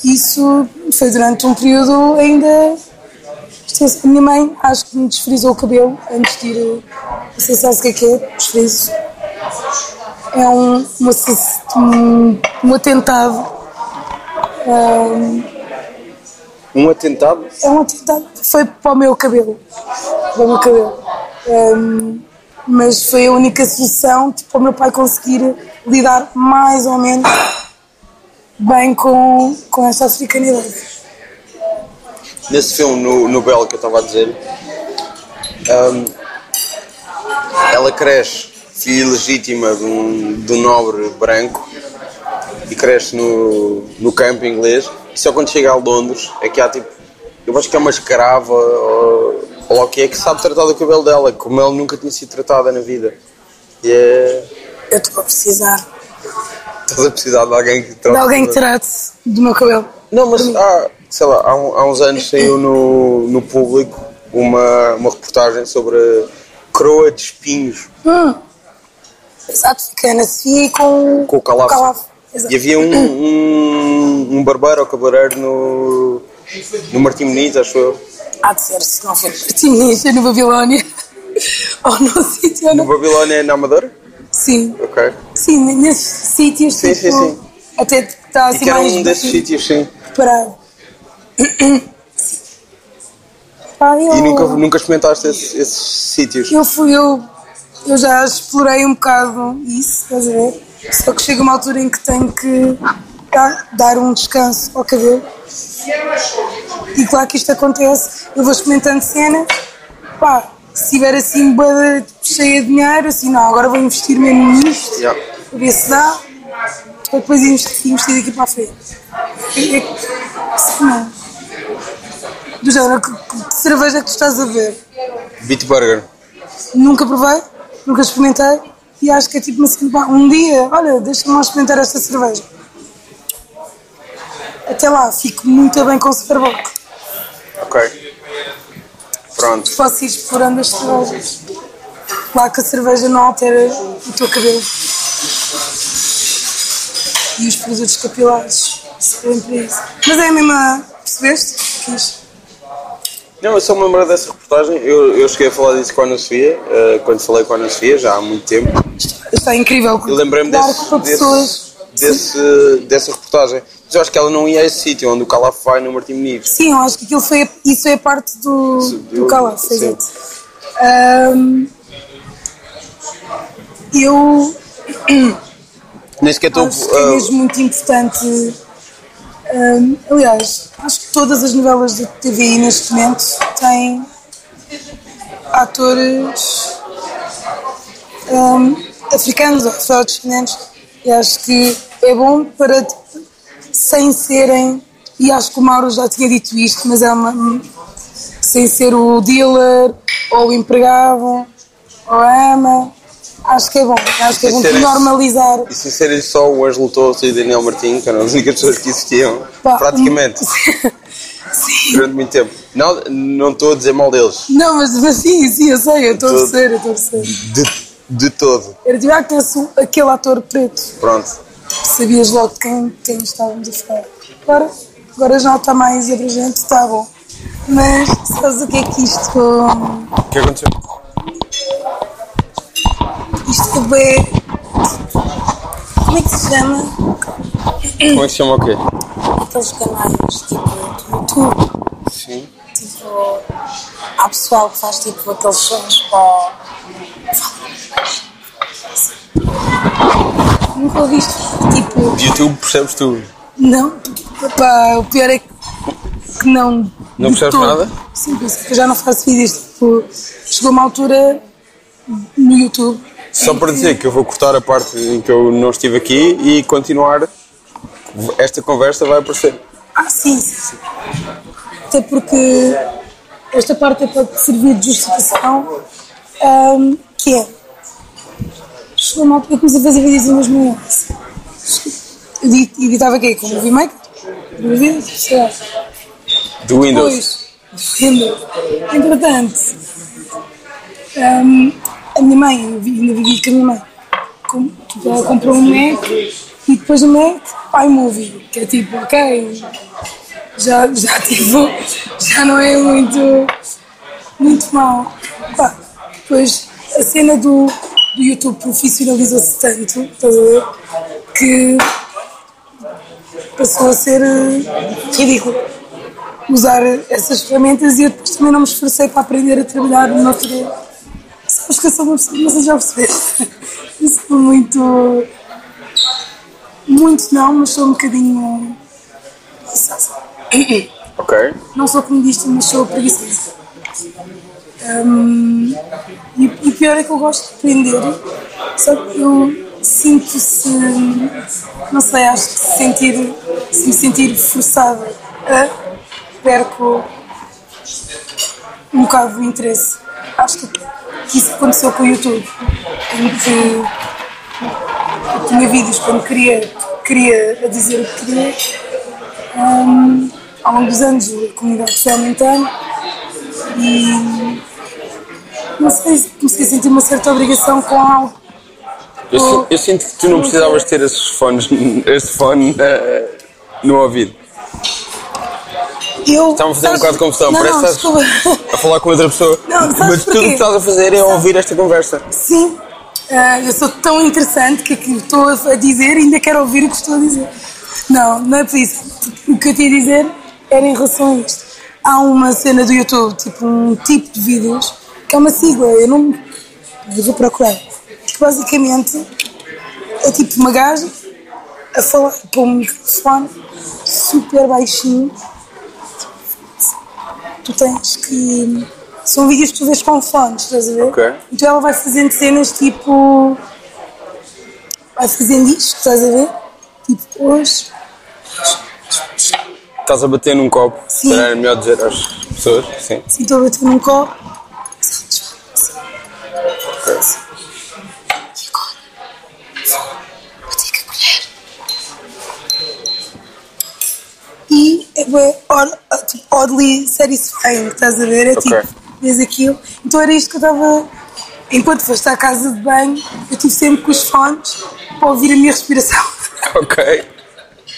S3: Isso foi durante um período ainda. extenso. A minha mãe acho que me desfrizou o cabelo antes de ir. Não sei se sabes o que é que é, desfrizo. É um, uma, se- um, um atentado.
S2: Um atentado?
S3: É um atentado. Foi para o meu cabelo. Para o meu cabelo. Um, mas foi a única solução tipo, para o meu pai conseguir lidar mais ou menos bem com, com esta africanidade.
S2: Nesse filme, no, no Belo, que eu estava a dizer, hum, ela cresce, filha legítima de um, de um nobre branco, e cresce no, no campo inglês, e só quando chega a Londres é que há tipo, eu acho que é uma escrava, ou, ou lá o que é, que sabe tratar do cabelo dela, como ela nunca tinha sido tratada na vida. E é,
S3: Eu estou a precisar
S2: estás a precisar de alguém que trate.
S3: de alguém que
S2: do-
S3: trate do meu cabelo.
S2: Não, mas há, sei lá, há, um- há uns anos saiu no, no público uma, uma reportagem sobre a croa de espinhos
S3: Exato, fiquei na Sofia e com,
S2: com o calafo.
S3: Exato.
S2: E havia um, um, um barbeiro ou cabeleireiro no, no Martim Benito, acho eu.
S4: Há de ser, se não for.
S3: Sim, isto é no Babilónia. Ou num sítio, ou
S2: No
S3: não.
S2: Babilónia é na Amadora?
S3: Sim,
S2: Ok.
S3: sim, nesses sítios.
S2: Sim,
S3: tipo,
S2: sim,
S3: Até que está
S2: E
S3: assim
S2: que era
S3: mais
S2: um desses
S3: bem
S2: sítios, sim.
S3: preparado. Pá, eu,
S2: E nunca, nunca experimentaste esses, esses sítios.
S3: eu fui, eu, eu já explorei um bocado isso, estás a ver? Só que chega uma altura em que tenho que tá, dar um descanso ao cabelo. E claro que isto acontece, eu vou experimentando cenas, pá, se estiver assim bué de- cheia de dinheiro, assim, não, agora vou investir mesmo nisto,
S2: Yeah.
S3: por ver se dá, Para depois irmos, irmos ter aqui para a frente. É- é que- se não. Do género, que, que- que cerveja é que tu estás a ver?
S2: Bitburger.
S3: Nunca provei, nunca experimentei e acho que é tipo uma cena, pá, um dia, olha, deixa-me lá experimentar esta cerveja. Até lá, fico muito bem com o Superbock.
S2: Ok. Pronto.
S3: Posso ir explorando as cervejas. Claro que a cerveja não altera o teu cabelo. E os produtos capilares servem para isso. Mas é a mesma. Percebeste? Quis.
S2: Não, eu só me lembrei dessa reportagem. Eu, eu cheguei a falar disso com a Ana Sofia, eh, quando falei com a Ana Sofia, já há muito tempo.
S3: Está incrível.
S2: Eu lembrei-me
S3: Dar
S2: desse,
S3: para pessoas.
S2: desse, desse- dessa reportagem. Mas eu acho que ela não ia a esse sítio onde o Calaf vai no Martim Menezes.
S3: Sim, eu acho que aquilo foi, isso é parte do, do
S2: eu-
S3: Calaf,
S2: sim.
S3: exato. Ahm, eu
S2: Nem sequer estou. ah,
S3: acho que é mesmo muito importante. ahm, aliás, acho que todas as novelas da TVI neste momento têm atores ahm, africanos ou afrodescendentes e acho que é bom para sem serem e acho que o Mauro já tinha dito isto mas é uma sem ser o dealer ou o empregado ou a ama acho que é bom acho que
S2: Sem
S3: é bom
S2: serem-
S3: normalizar
S2: E sem serem só o Ângelo Torres e o Daniel Martins, que eram as únicas pessoas que existiam,
S3: Pá, um-
S2: praticamente, durante muito tempo. Não não estou a dizer mal deles,
S3: Não, mas, mas sim, sim, eu sei, eu estou a
S2: Todo.
S3: torcer, eu estou a torcer.
S2: de, de todo.
S3: Era de ah, conheço aquele ator preto,
S2: Pronto.
S3: sabias logo de quem, de quem estávamos a falar. Agora, agora já está mais abrangente, está bom. Mas sabes o que é que isto com.
S2: O que aconteceu?
S3: Isto com é. Como é que se chama?
S2: Como é que se chama o quê?
S4: Aqueles canais tipo do YouTube,
S2: Sim.
S4: tipo. Há pessoal que faz tipo aqueles sons para.
S3: Nunca ouviste? Tipo,
S2: De YouTube percebes tudo.
S3: não. Pá, o pior é que que não.
S2: Não
S3: de
S2: percebes
S3: todo.
S2: nada?
S3: Sim, por isso que eu já não faço vídeos. Tipo, chegou uma altura no YouTube
S2: Só para dizer que eu vou cortar a parte em que eu não estive aqui e continuar. Esta conversa vai aparecer.
S3: Ah, sim, sim, sim. Até porque esta parte pode servir de justificação, ahm, que é. Chegou uma altura que comecei a fazer vídeos em 2011. Edi- Editava o quê? um Com o Movie Maker? Duas vezes? um Sei lá.
S2: Do Windows.
S3: Pois, entendo. Entretanto, hum, a minha mãe, eu vi- ainda vivia com a minha mãe, com- tipo, ela comprou um Mac e depois o Mac, iMovie, que é tipo, ok, já, já, tipo, já não é muito, muito mal. Pá, depois a cena do, do YouTube profissionalizou-se tanto, estás a ver, que passou a ser eh, ridículo usar essas ferramentas e eu depois também não me esforcei para aprender a trabalhar noutra. Sabes que eu sou uma pessoa, não sei se já percebeste. Eu sou muito. Muito não, mas sou um bocadinho. preguiçosa.
S2: Ok.
S3: Não sou comedista, mas sou preguiçosa. Hum, e, e o pior é que eu gosto de aprender, só que eu sinto-se. Não sei, acho que se, sentir, se me sentir forçada a perco um bocado o interesse. Acho que, que isso aconteceu com o YouTube, em que eu tinha vídeos quando queria, queria a dizer o que queria. Hum, ao longo dos anos a comunidade foi aumentando e não sei, comecei a sentir uma certa obrigação com algo.
S2: Eu,
S3: Oh.
S2: si- eu sinto que tu não precisavas ter esses fones, este fone eh, no ouvido.
S3: Eu,
S2: Está-me a fazer um
S3: sabes-
S2: bocado de confusão,
S3: não, não,
S2: parece que
S3: desculpa.
S2: A falar com outra pessoa.
S3: Não, sabes
S2: Mas tudo o
S3: porquê?
S2: que estás a fazer é ouvir esta conversa.
S3: Sim, ah, eu sou tão interessante que aquilo que estou a a dizer e ainda quero ouvir o que estou a dizer. Não, não é por isso. O que eu tinha a dizer era em relação a isto. Há uma cena do YouTube, tipo um tipo de vídeos, que é uma sigla, eu não. Eu vou procurar. Que basicamente é tipo uma gaja a falar com um microfone super baixinho. Tu tens que. São vídeos que tu vês com fones, estás a ver?
S2: Ok.
S3: Então ela vai fazendo cenas tipo. vai fazendo isto, estás a ver? Tipo, hoje.
S2: Estás a bater num copo, se
S3: Sim.
S2: calhar era melhor dizer às pessoas. Sim.
S3: Sim, estou a bater num copo. E é bué odd- tipo, oddly satisfying, estás a ver? É
S2: Ok.
S3: tipo, vês aquilo. Então era isto que eu estava. Enquanto foste à casa de banho, eu estive sempre com os fones para ouvir a minha respiração.
S2: Ok.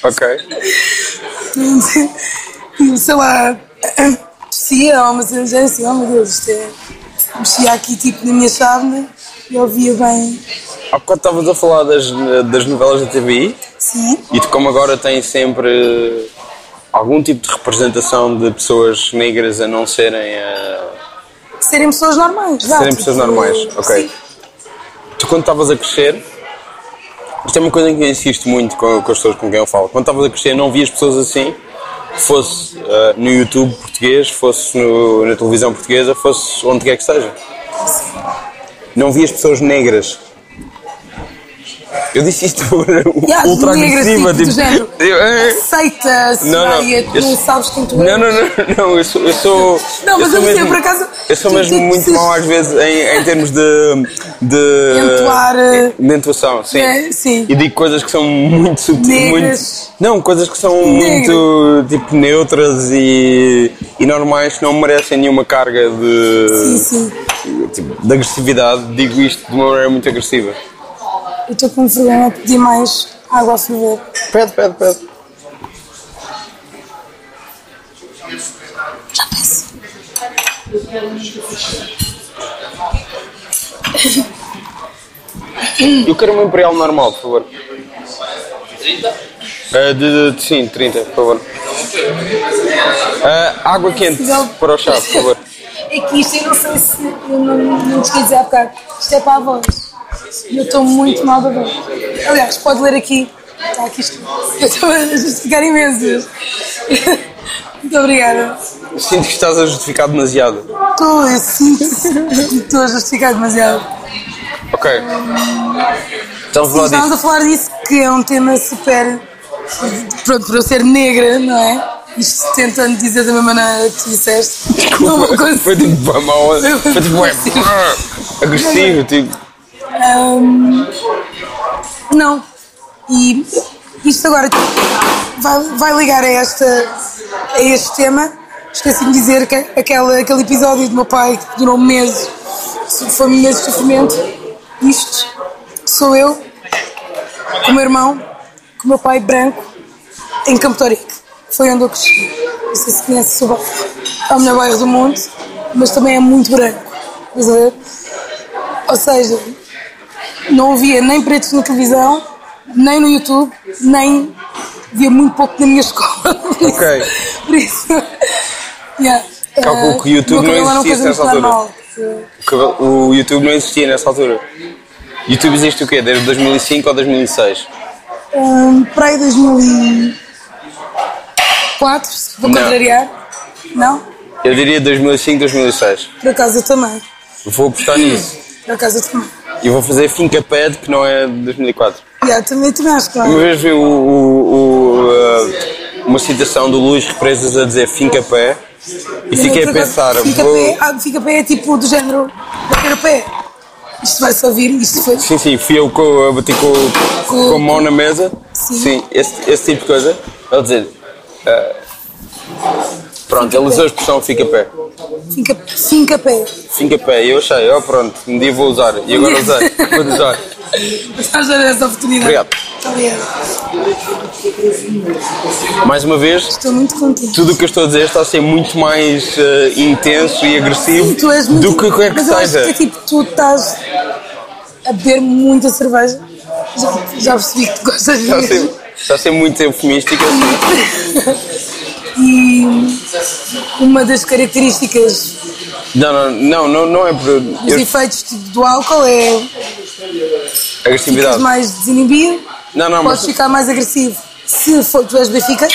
S2: Ok.
S3: Tipo, sei lá, tossia ou uma cena do género, assim, oh meu Deus, isto é. Mexia aqui tipo na minha chave e ouvia bem.
S2: Há bocado estavas a falar das, eh, das novelas da TVI
S3: Sim,
S2: e de como agora tem sempre algum tipo de representação de pessoas negras a não serem a.
S3: serem pessoas normais. vá,
S2: serem
S3: tipo,
S2: pessoas normais, ok.
S3: sim.
S2: Tu quando estavas a crescer, isto é uma coisa em que eu insisto muito com, com as pessoas com quem eu falo, quando estavas a crescer não vias pessoas assim, fosse ah, no YouTube português, fosse no- na televisão portuguesa, fosse onde quer que seja. Não vias pessoas negras. Eu disse isto
S3: Yeah,
S2: ultra
S3: negra, sim,
S2: agressiva,
S3: do
S2: tipo.
S3: género.
S2: eu, eh,
S3: Aceita, se
S2: Não, não,
S3: tu
S2: eu-
S3: não sabes quem tu és.
S2: não, não, não, não, eu sou. Eu sou
S3: Não, mas
S2: sou
S3: eu não sei,
S2: mesmo-
S3: por acaso,
S2: Eu sou
S3: tu-
S2: mesmo
S3: tu-
S2: muito
S3: se-
S2: mau às vezes em, em termos de. de.
S3: Entoar, eh,
S2: de entoação, sim.
S3: é, sim.
S2: E digo coisas que são muito. sub- muito
S3: Negras.
S2: não, coisas que são
S3: Negro.
S2: muito. tipo neutras e. e normais, que não merecem nenhuma carga de.
S3: Sim, sim.
S2: tipo, de agressividade. Digo isto de uma maneira muito agressiva.
S3: Eu estou com vergonha de pedir mais água a ferver.
S2: Pede, pede, pede.
S4: Já peço.
S2: Eu quero um Imperial normal, por favor.
S5: 30?
S2: Eh, de, de- sim, 30, por favor. Eh, água quente para o chá, por favor.
S3: É que isto eu não sei se. Eu não, não te quis dizer há bocado. Isto é para a voz. E eu estou muito mal da voz. Aliás, pode ler aqui. Está aqui isto. Eu estou a justificar imenso. Muito obrigada.
S2: Sinto que estás a justificar demasiado.
S3: Estou, eu sinto que estou a justificar demasiado.
S2: Ok. Então vou
S3: Sim,
S2: lá
S3: estávamos
S2: disso.
S3: a falar disso, que é um tema super. Pronto, por eu ser negra, não é? Isto tentando dizer da mesma maneira que tu disseste. Não vou
S2: Foi
S3: conseguir.
S2: tipo bué mal. Foi tipo bué, brrr, agressivo, tipo.
S3: Ahm, não. E isto agora vai, vai ligar a, esta, a este tema. Esqueci de dizer que aquela, aquele episódio do meu pai que durou meses, foi meses de sofrimento. Isto sou eu, com o meu irmão, com o meu pai branco, em Campo Torique. Foi onde eu cresci. Não sei se conhece o bairro. É o melhor bairro do mundo, mas também é muito branco. Estás a ver? Ou seja, não via nem pretos na televisão, nem no YouTube, nem via muito pouco na minha escola. Por isso-
S2: Ok.
S3: Por isso. Yeah.
S2: Calculo que o
S3: Eh,
S2: YouTube
S3: meu
S2: não
S3: cabelo era uma
S2: existia
S3: coisa
S2: nessa
S3: muito
S2: altura.
S3: normal. Eh,
S2: que O YouTube não existia nessa altura. YouTube existe o quê? Desde 2005 ou 2006?
S3: Um, para aí 2004, se vou
S2: Não.
S3: contrariar. Não?
S2: Eu diria 2005, 2006.
S3: Por acaso eu também.
S2: Vou apostar nisso.
S3: Por acaso eu também.
S2: E vou fazer Fincapad, que não é de 2004.
S3: Yeah, também, também acho que
S2: Uma
S3: não.
S2: vez vi o, o- o, uh, uma citação do Luís Represas a dizer finca pé e fiquei a pensar,
S3: Fica
S2: vou...
S3: pé, ah, fica pé é tipo do género. Bater o pé. Isto vai-se ouvir, isto foi.
S2: Sim, sim, fui eu com, a bater com, com a mão na mesa,
S3: Sim.
S2: sim, esse, esse tipo de coisa. Ele dizer, ah, pronto, ele usou a expressão fica pé.
S3: Fica, fica pé.
S2: Finca pé, e eu achei, ó pronto, um dia vou usar, e agora usar, vou usar.
S3: Estás a dar essa oportunidade.
S2: Obrigado.
S3: Muito obrigada.
S2: Mais uma vez,
S3: Estou muito contente.
S2: tudo o que eu estou a dizer está a ser muito mais ah, intenso e agressivo
S3: Tu és muito.
S2: do que quer que
S3: mas eu acho
S2: seja.
S3: que é tipo, tu estás a beber muita cerveja. Já, já percebi que tu gostas de
S2: Está a ser,
S3: beber.
S2: está a ser muito assim. eufemística.
S3: E uma das características
S2: Não, não, não, não, não é por
S3: dos
S2: eu-
S3: efeitos tipo, do álcool é ficas
S2: agressividade.
S3: mais desinibido,
S2: Não, não,
S3: podes
S2: mas
S3: ficar mais agressivo. Se for, tu és Benfica,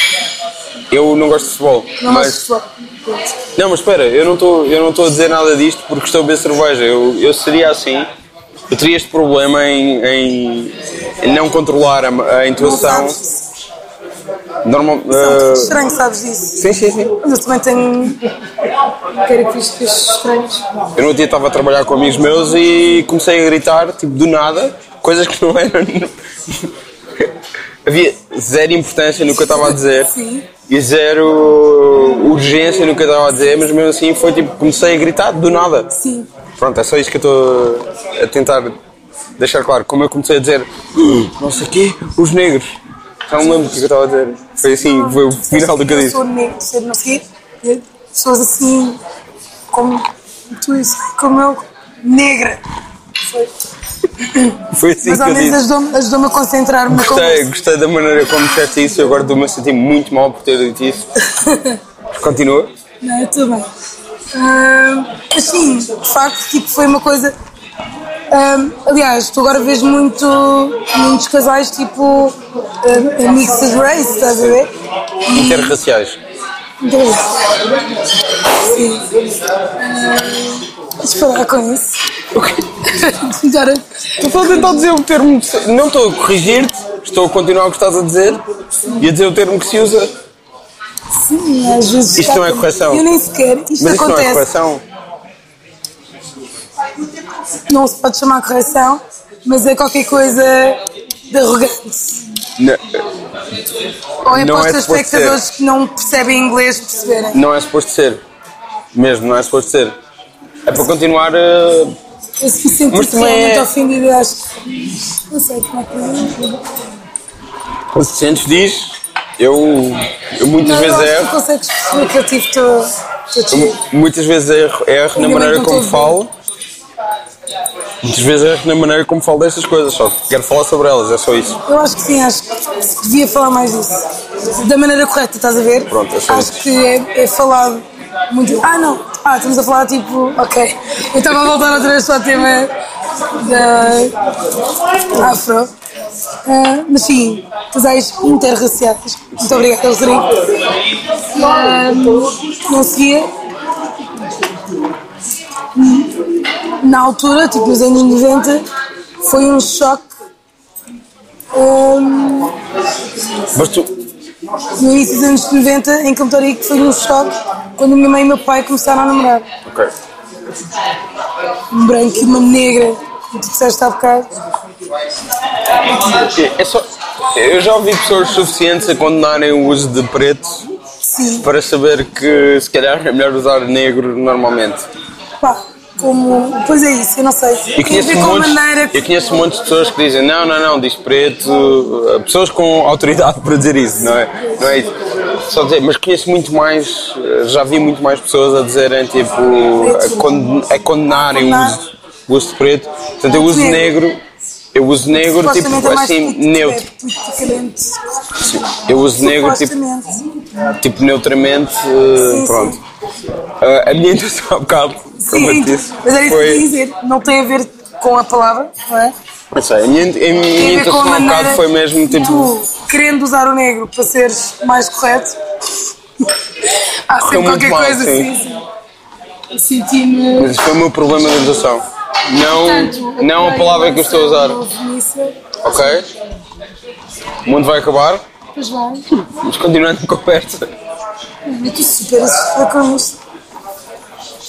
S2: eu não gosto de futebol.
S3: não
S2: mas-
S3: és futebol.
S2: Não, mas espera, eu não estou eu não estou a dizer nada disto porque estou a beber cerveja. Eu, eu seria assim Eu teria este problema em, em- em não controlar a, a
S3: Não
S2: intuação.
S3: sabes.
S2: Normal,
S3: Não,
S2: eh,
S3: Estranho, sabes disso.
S2: sim, sim, sim.
S3: Mas eu também tenho características estranhas.
S2: Eu no outro dia estava a trabalhar com amigos meus e comecei a gritar, tipo, do nada, coisas que não eram. Havia zero importância no que eu estava a dizer
S3: Sim.
S2: e zero urgência no que eu estava a dizer, mas mesmo assim foi tipo, comecei a gritar do nada.
S3: Sim.
S2: Pronto, é só isso que eu estou a tentar deixar claro. Como eu comecei a dizer, "Ah, não sei o quê, os negros. Já não lembro o que eu estava a dizer. Foi assim, foi o final do que eu disse.
S3: Sou negro, ser não sei o quê. E Pessoas assim, como tu és, como eu, negra. Foi.
S2: Foi assim
S3: Mas
S2: que
S3: ao
S2: eu disse.
S3: menos ajudou-me ajudou-me a concentrar-me na
S2: Gostei,
S3: conversa.
S2: gostei da maneira como disseste isso e agora estou-me a sentir muito mal por ter dito isso. Mas Continua.
S3: Não, tudo bem. Ah, mas sim, de facto, tipo, foi uma coisa. ah, aliás, tu agora vês muito, muitos casais tipo ah, mixed race, estás a ver?
S2: Interraciais.
S3: Dois. Sim. Ah, Deixa eu parar com isso. Agora,
S2: Estou só a tentar dizer o termo. que se- Não estou a corrigir-te, estou a continuar o que estás a dizer e a dizer o termo que se usa.
S3: sim, às vezes.
S2: Isto não é correção.
S3: Eu nem sequer. Isto
S2: Mas isto não é
S3: acontece.
S2: correção.
S3: não se pode chamar correção, mas é qualquer coisa de arrogante.
S2: Não,
S3: Ou é
S2: Não
S3: para
S2: é
S3: os teus
S2: suposto
S3: espectadores que não percebem inglês perceberem.
S2: não é suposto ser. Mesmo, não é suposto ser. É para continuar. eh,
S3: Eu se me sinto
S2: Mas também
S3: realmente
S2: é-
S3: ofendida, acho que. Não sei como é que é.
S2: O que sentes diz. Eu, eu muitas
S3: Não,
S2: vezes
S3: não, acho que
S2: erro.
S3: tu consegues perceber que eu tive todo.
S2: Eu muitas vezes é erro, erro na
S3: Ainda bem
S2: maneira
S3: que não
S2: como
S3: estou a
S2: falo. Muitas vezes é erro na maneira como falo destas coisas, só que quero falar sobre elas, é só isso.
S3: Eu acho que sim, acho que devia falar mais disso. Da maneira correta, estás a ver?
S2: Pronto, é só
S3: Acho
S2: isso.
S3: que é, é falado muito. Ah, não! Ah, estamos a falar tipo. Ok. Eu estava a voltar outra vez para o tema da. Afro. Ah, mas sim, casais interraciais. Muito obrigada, Rodrigo. Ah, não seguia. Na altura, tipo nos anos 90, foi um choque. ah,
S2: Mas tu,
S3: no início dos anos 90, em Campo Rico, foi um choque quando a minha mãe e o meu pai começaram a namorar.
S2: ok,
S3: Um branco e uma negra, como tu disseste há bocado.
S2: é só. Eu já ouvi pessoas suficientes a condenarem o uso de preto
S3: Sim,
S2: para saber que se calhar é melhor usar negro normalmente.
S3: pá, como. Pois é isso, eu não sei.
S2: Eu
S3: Tem a
S2: conheço,
S3: ver com a
S2: montes,
S3: maneira.
S2: eu conheço montes de pessoas que dizem não, não, não, diz preto, eh, pessoas com autoridade para dizer isso, não é? Não é isso. Só dizer, mas conheço muito mais, eh, já vi muito mais pessoas a dizerem tipo, a, conde- a condenarem o uso, o uso de preto. Portanto, eu uso negro, eu uso negro tipo
S3: supostamente é mais
S2: assim,
S3: politi-
S2: neutro.
S3: é Politicamente.
S2: Eu uso negro tipo,
S3: supostamente.
S2: tipo neutramente, eh,
S3: sim.
S2: pronto. Eh, A minha intenção há bocado, como eu
S3: Sim,
S2: disse,
S3: mas era isso que eu ia
S2: foi...
S3: dizer. Não tem a ver com a palavra, não é?
S2: Não sei, a minha, a minha
S3: Tem a ver com
S2: intenção
S3: a
S2: há
S3: maneira.
S2: bocado foi mesmo tipo...
S3: Tu, querendo usar o negro para seres mais correto, há sempre
S2: Correu muito
S3: qualquer
S2: mal,
S3: coisa
S2: sim.
S3: assim. sim. Senti-me.
S2: Mas isso foi o meu problema da educação. Não, não a palavra que eu estou a usar, ok? O mundo vai acabar,
S3: Pois vai.
S2: mas continuando com a conversa.
S3: Eu estou super assustada com isto.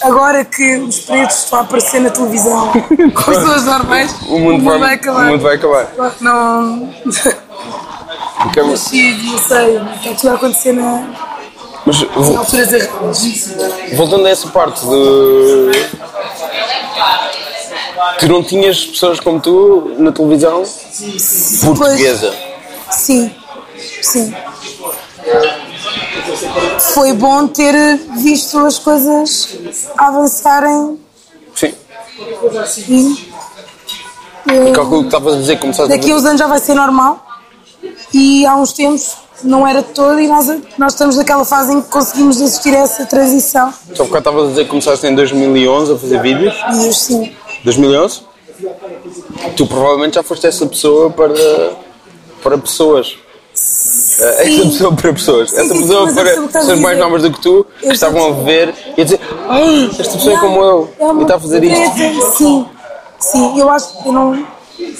S3: Agora que os pretos estão a aparecer na televisão com pessoas normais,
S2: O mundo, vai,
S3: acabar.
S2: O mundo vai acabar.
S3: Não.
S2: Porque é-
S3: Nascido, não sei. Está tudo a acontecer na, na
S2: Mas vo-
S3: altura de errados.
S2: voltando a essa parte de. Tu não tinhas pessoas como tu na televisão portuguesa.
S3: Sim, sim. Foi bom ter visto as coisas avançarem
S2: Sim.
S3: e.
S2: Calculo que estavas a dizer que começaste
S3: daqui a uns anos já vai ser normal e há uns tempos não era de todo e nós, nós estamos naquela fase em que conseguimos assistir a essa transição
S2: a. Só porque estavas a dizer que começaste em 2011 a fazer vídeos.
S3: e eu sim,
S2: 2011? Tu provavelmente já foste essa pessoa para, para pessoas. Eh, Essa
S3: Sim.
S2: pessoa para pessoas.
S3: sim,
S2: essa
S3: sim,
S2: pessoa
S3: mas eu
S2: para
S3: percebo o que estás a
S2: pessoas mais
S3: dizer.
S2: novas do que tu, que
S3: Eu
S2: estavam a
S3: percebo.
S2: ver e a dizer: "Ah, Esta pessoa é como eu
S3: é uma
S2: e está a fazer isto.
S3: preta, sim Sim, eu acho que eu não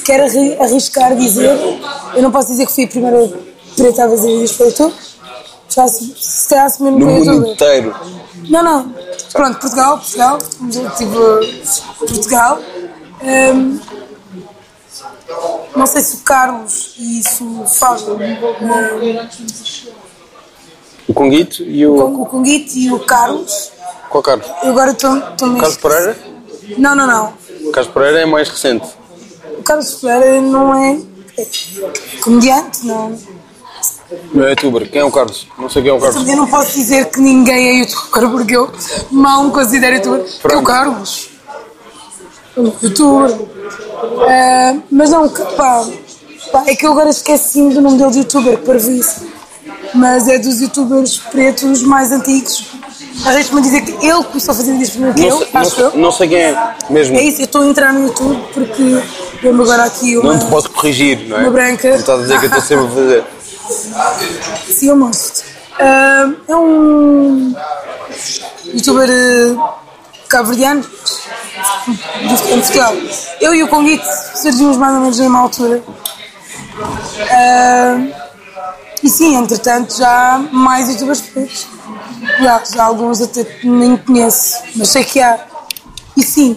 S3: quero arri- arriscar dizer. Eu não posso dizer que fui a primeira preta a fazer vídeos para o YouTube. Já se, se calhar se mesmo
S2: No
S3: para o
S2: mundo tá
S3: YouTube.
S2: inteiro.
S3: Não, não. Pronto, Portugal, Portugal. Tipo, Portugal. Hum, não sei se o Carlos e se o Fábio, o,
S2: O Conguito e o.
S3: o Conguito e o Carlos.
S2: Qual Carlos?
S3: Eu agora estou
S2: Carlos Pereira?
S3: Não, não, não.
S2: O Carlos Pereira é mais recente.
S3: O Carlos Pereira não é comediante, não.
S2: Não é youtuber. Quem é o Carlos? Não sei quem é o Carlos.
S3: Eu não posso dizer que ninguém é youtuber, porque eu mal me considero youtuber. Porque é o Carlos. É um Youtuber. Ah, mas não, que- pá, pá, é que eu agora esqueci do nome dele de youtuber, para ver isso. Mas é dos youtubers pretos mais antigos. Arrisco-me a dizer que ele começou a fazer vídeos primeiro que
S2: Não
S3: eu,
S2: sei, não
S3: acho
S2: sei-
S3: eu.
S2: não sei quem é mesmo.
S3: É isso, eu estou a entrar no YouTube porque vemos agora aqui uma.
S2: Não te posso corrigir, não é?
S3: Uma branca.
S2: Não estás a dizer que eu estou sempre a fazer.
S3: Sim, eu mostro. Ah, é um youtuber ah, cabo-verdiano do- em Portugal. Eu e o Conguito surgimos mais ou menos na mesma altura. Ah, e sim, entretanto, já há mais youtubers pretos. Já, já alguns até nem conheço, mas sei que há. E sim,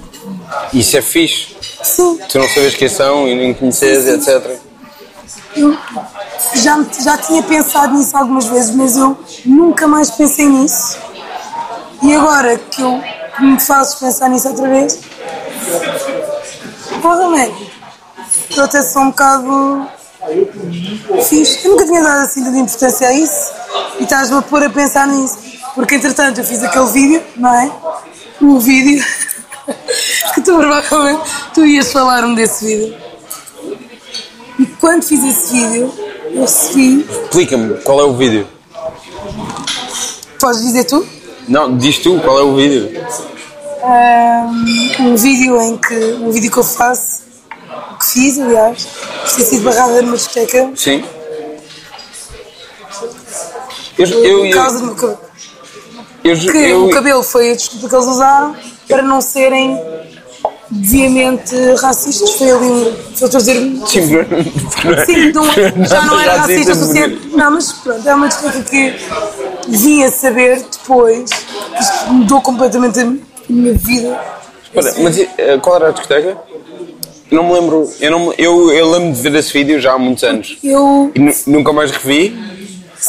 S2: Isso é fixe.
S3: sim,
S2: Tu não sabes quem são e nem conheces, etc.
S3: eu já, me- já tinha pensado nisso algumas vezes, mas eu nunca mais pensei nisso. E agora que eu que me fazes pensar nisso outra vez, provavelmente eu até sou um bocado fixe. Eu nunca tinha dado assim tanta importância a isso e estás-me a pôr a pensar nisso. Porque entretanto eu fiz aquele vídeo, não é? O vídeo que tu provavelmente tu ias falar-me desse vídeo. E quando fiz esse vídeo, eu recebi.
S2: Explica-me qual é o vídeo.
S3: Podes dizer tu?
S2: Não, diz tu qual é o vídeo.
S3: Um, um vídeo em que. Um vídeo que eu faço, que fiz, aliás, por ter sido barrada numa discoteca
S2: Sim. Eu, eu,
S3: por
S2: eu,
S3: causa do meu cabelo.
S2: eu,
S3: Que
S2: eu-
S3: o cabelo foi a desculpa que eles usaram para não serem deviamente racistas. Foi ali um. Foi trazer.
S2: Sim, não é-
S3: Sim, não, já não
S2: Já
S3: era
S2: disse
S3: racista o
S2: a
S3: suficiente. Não, mas pronto, é uma desculpa que vim a saber depois. que Isto mudou completamente a minha vida.
S2: Olha, mas eh, qual era a discoteca? Eu não me lembro. Eu, não me- eu, eu lembro de ver esse vídeo já há muitos anos.
S3: Eu
S2: E nu- nunca mais revi.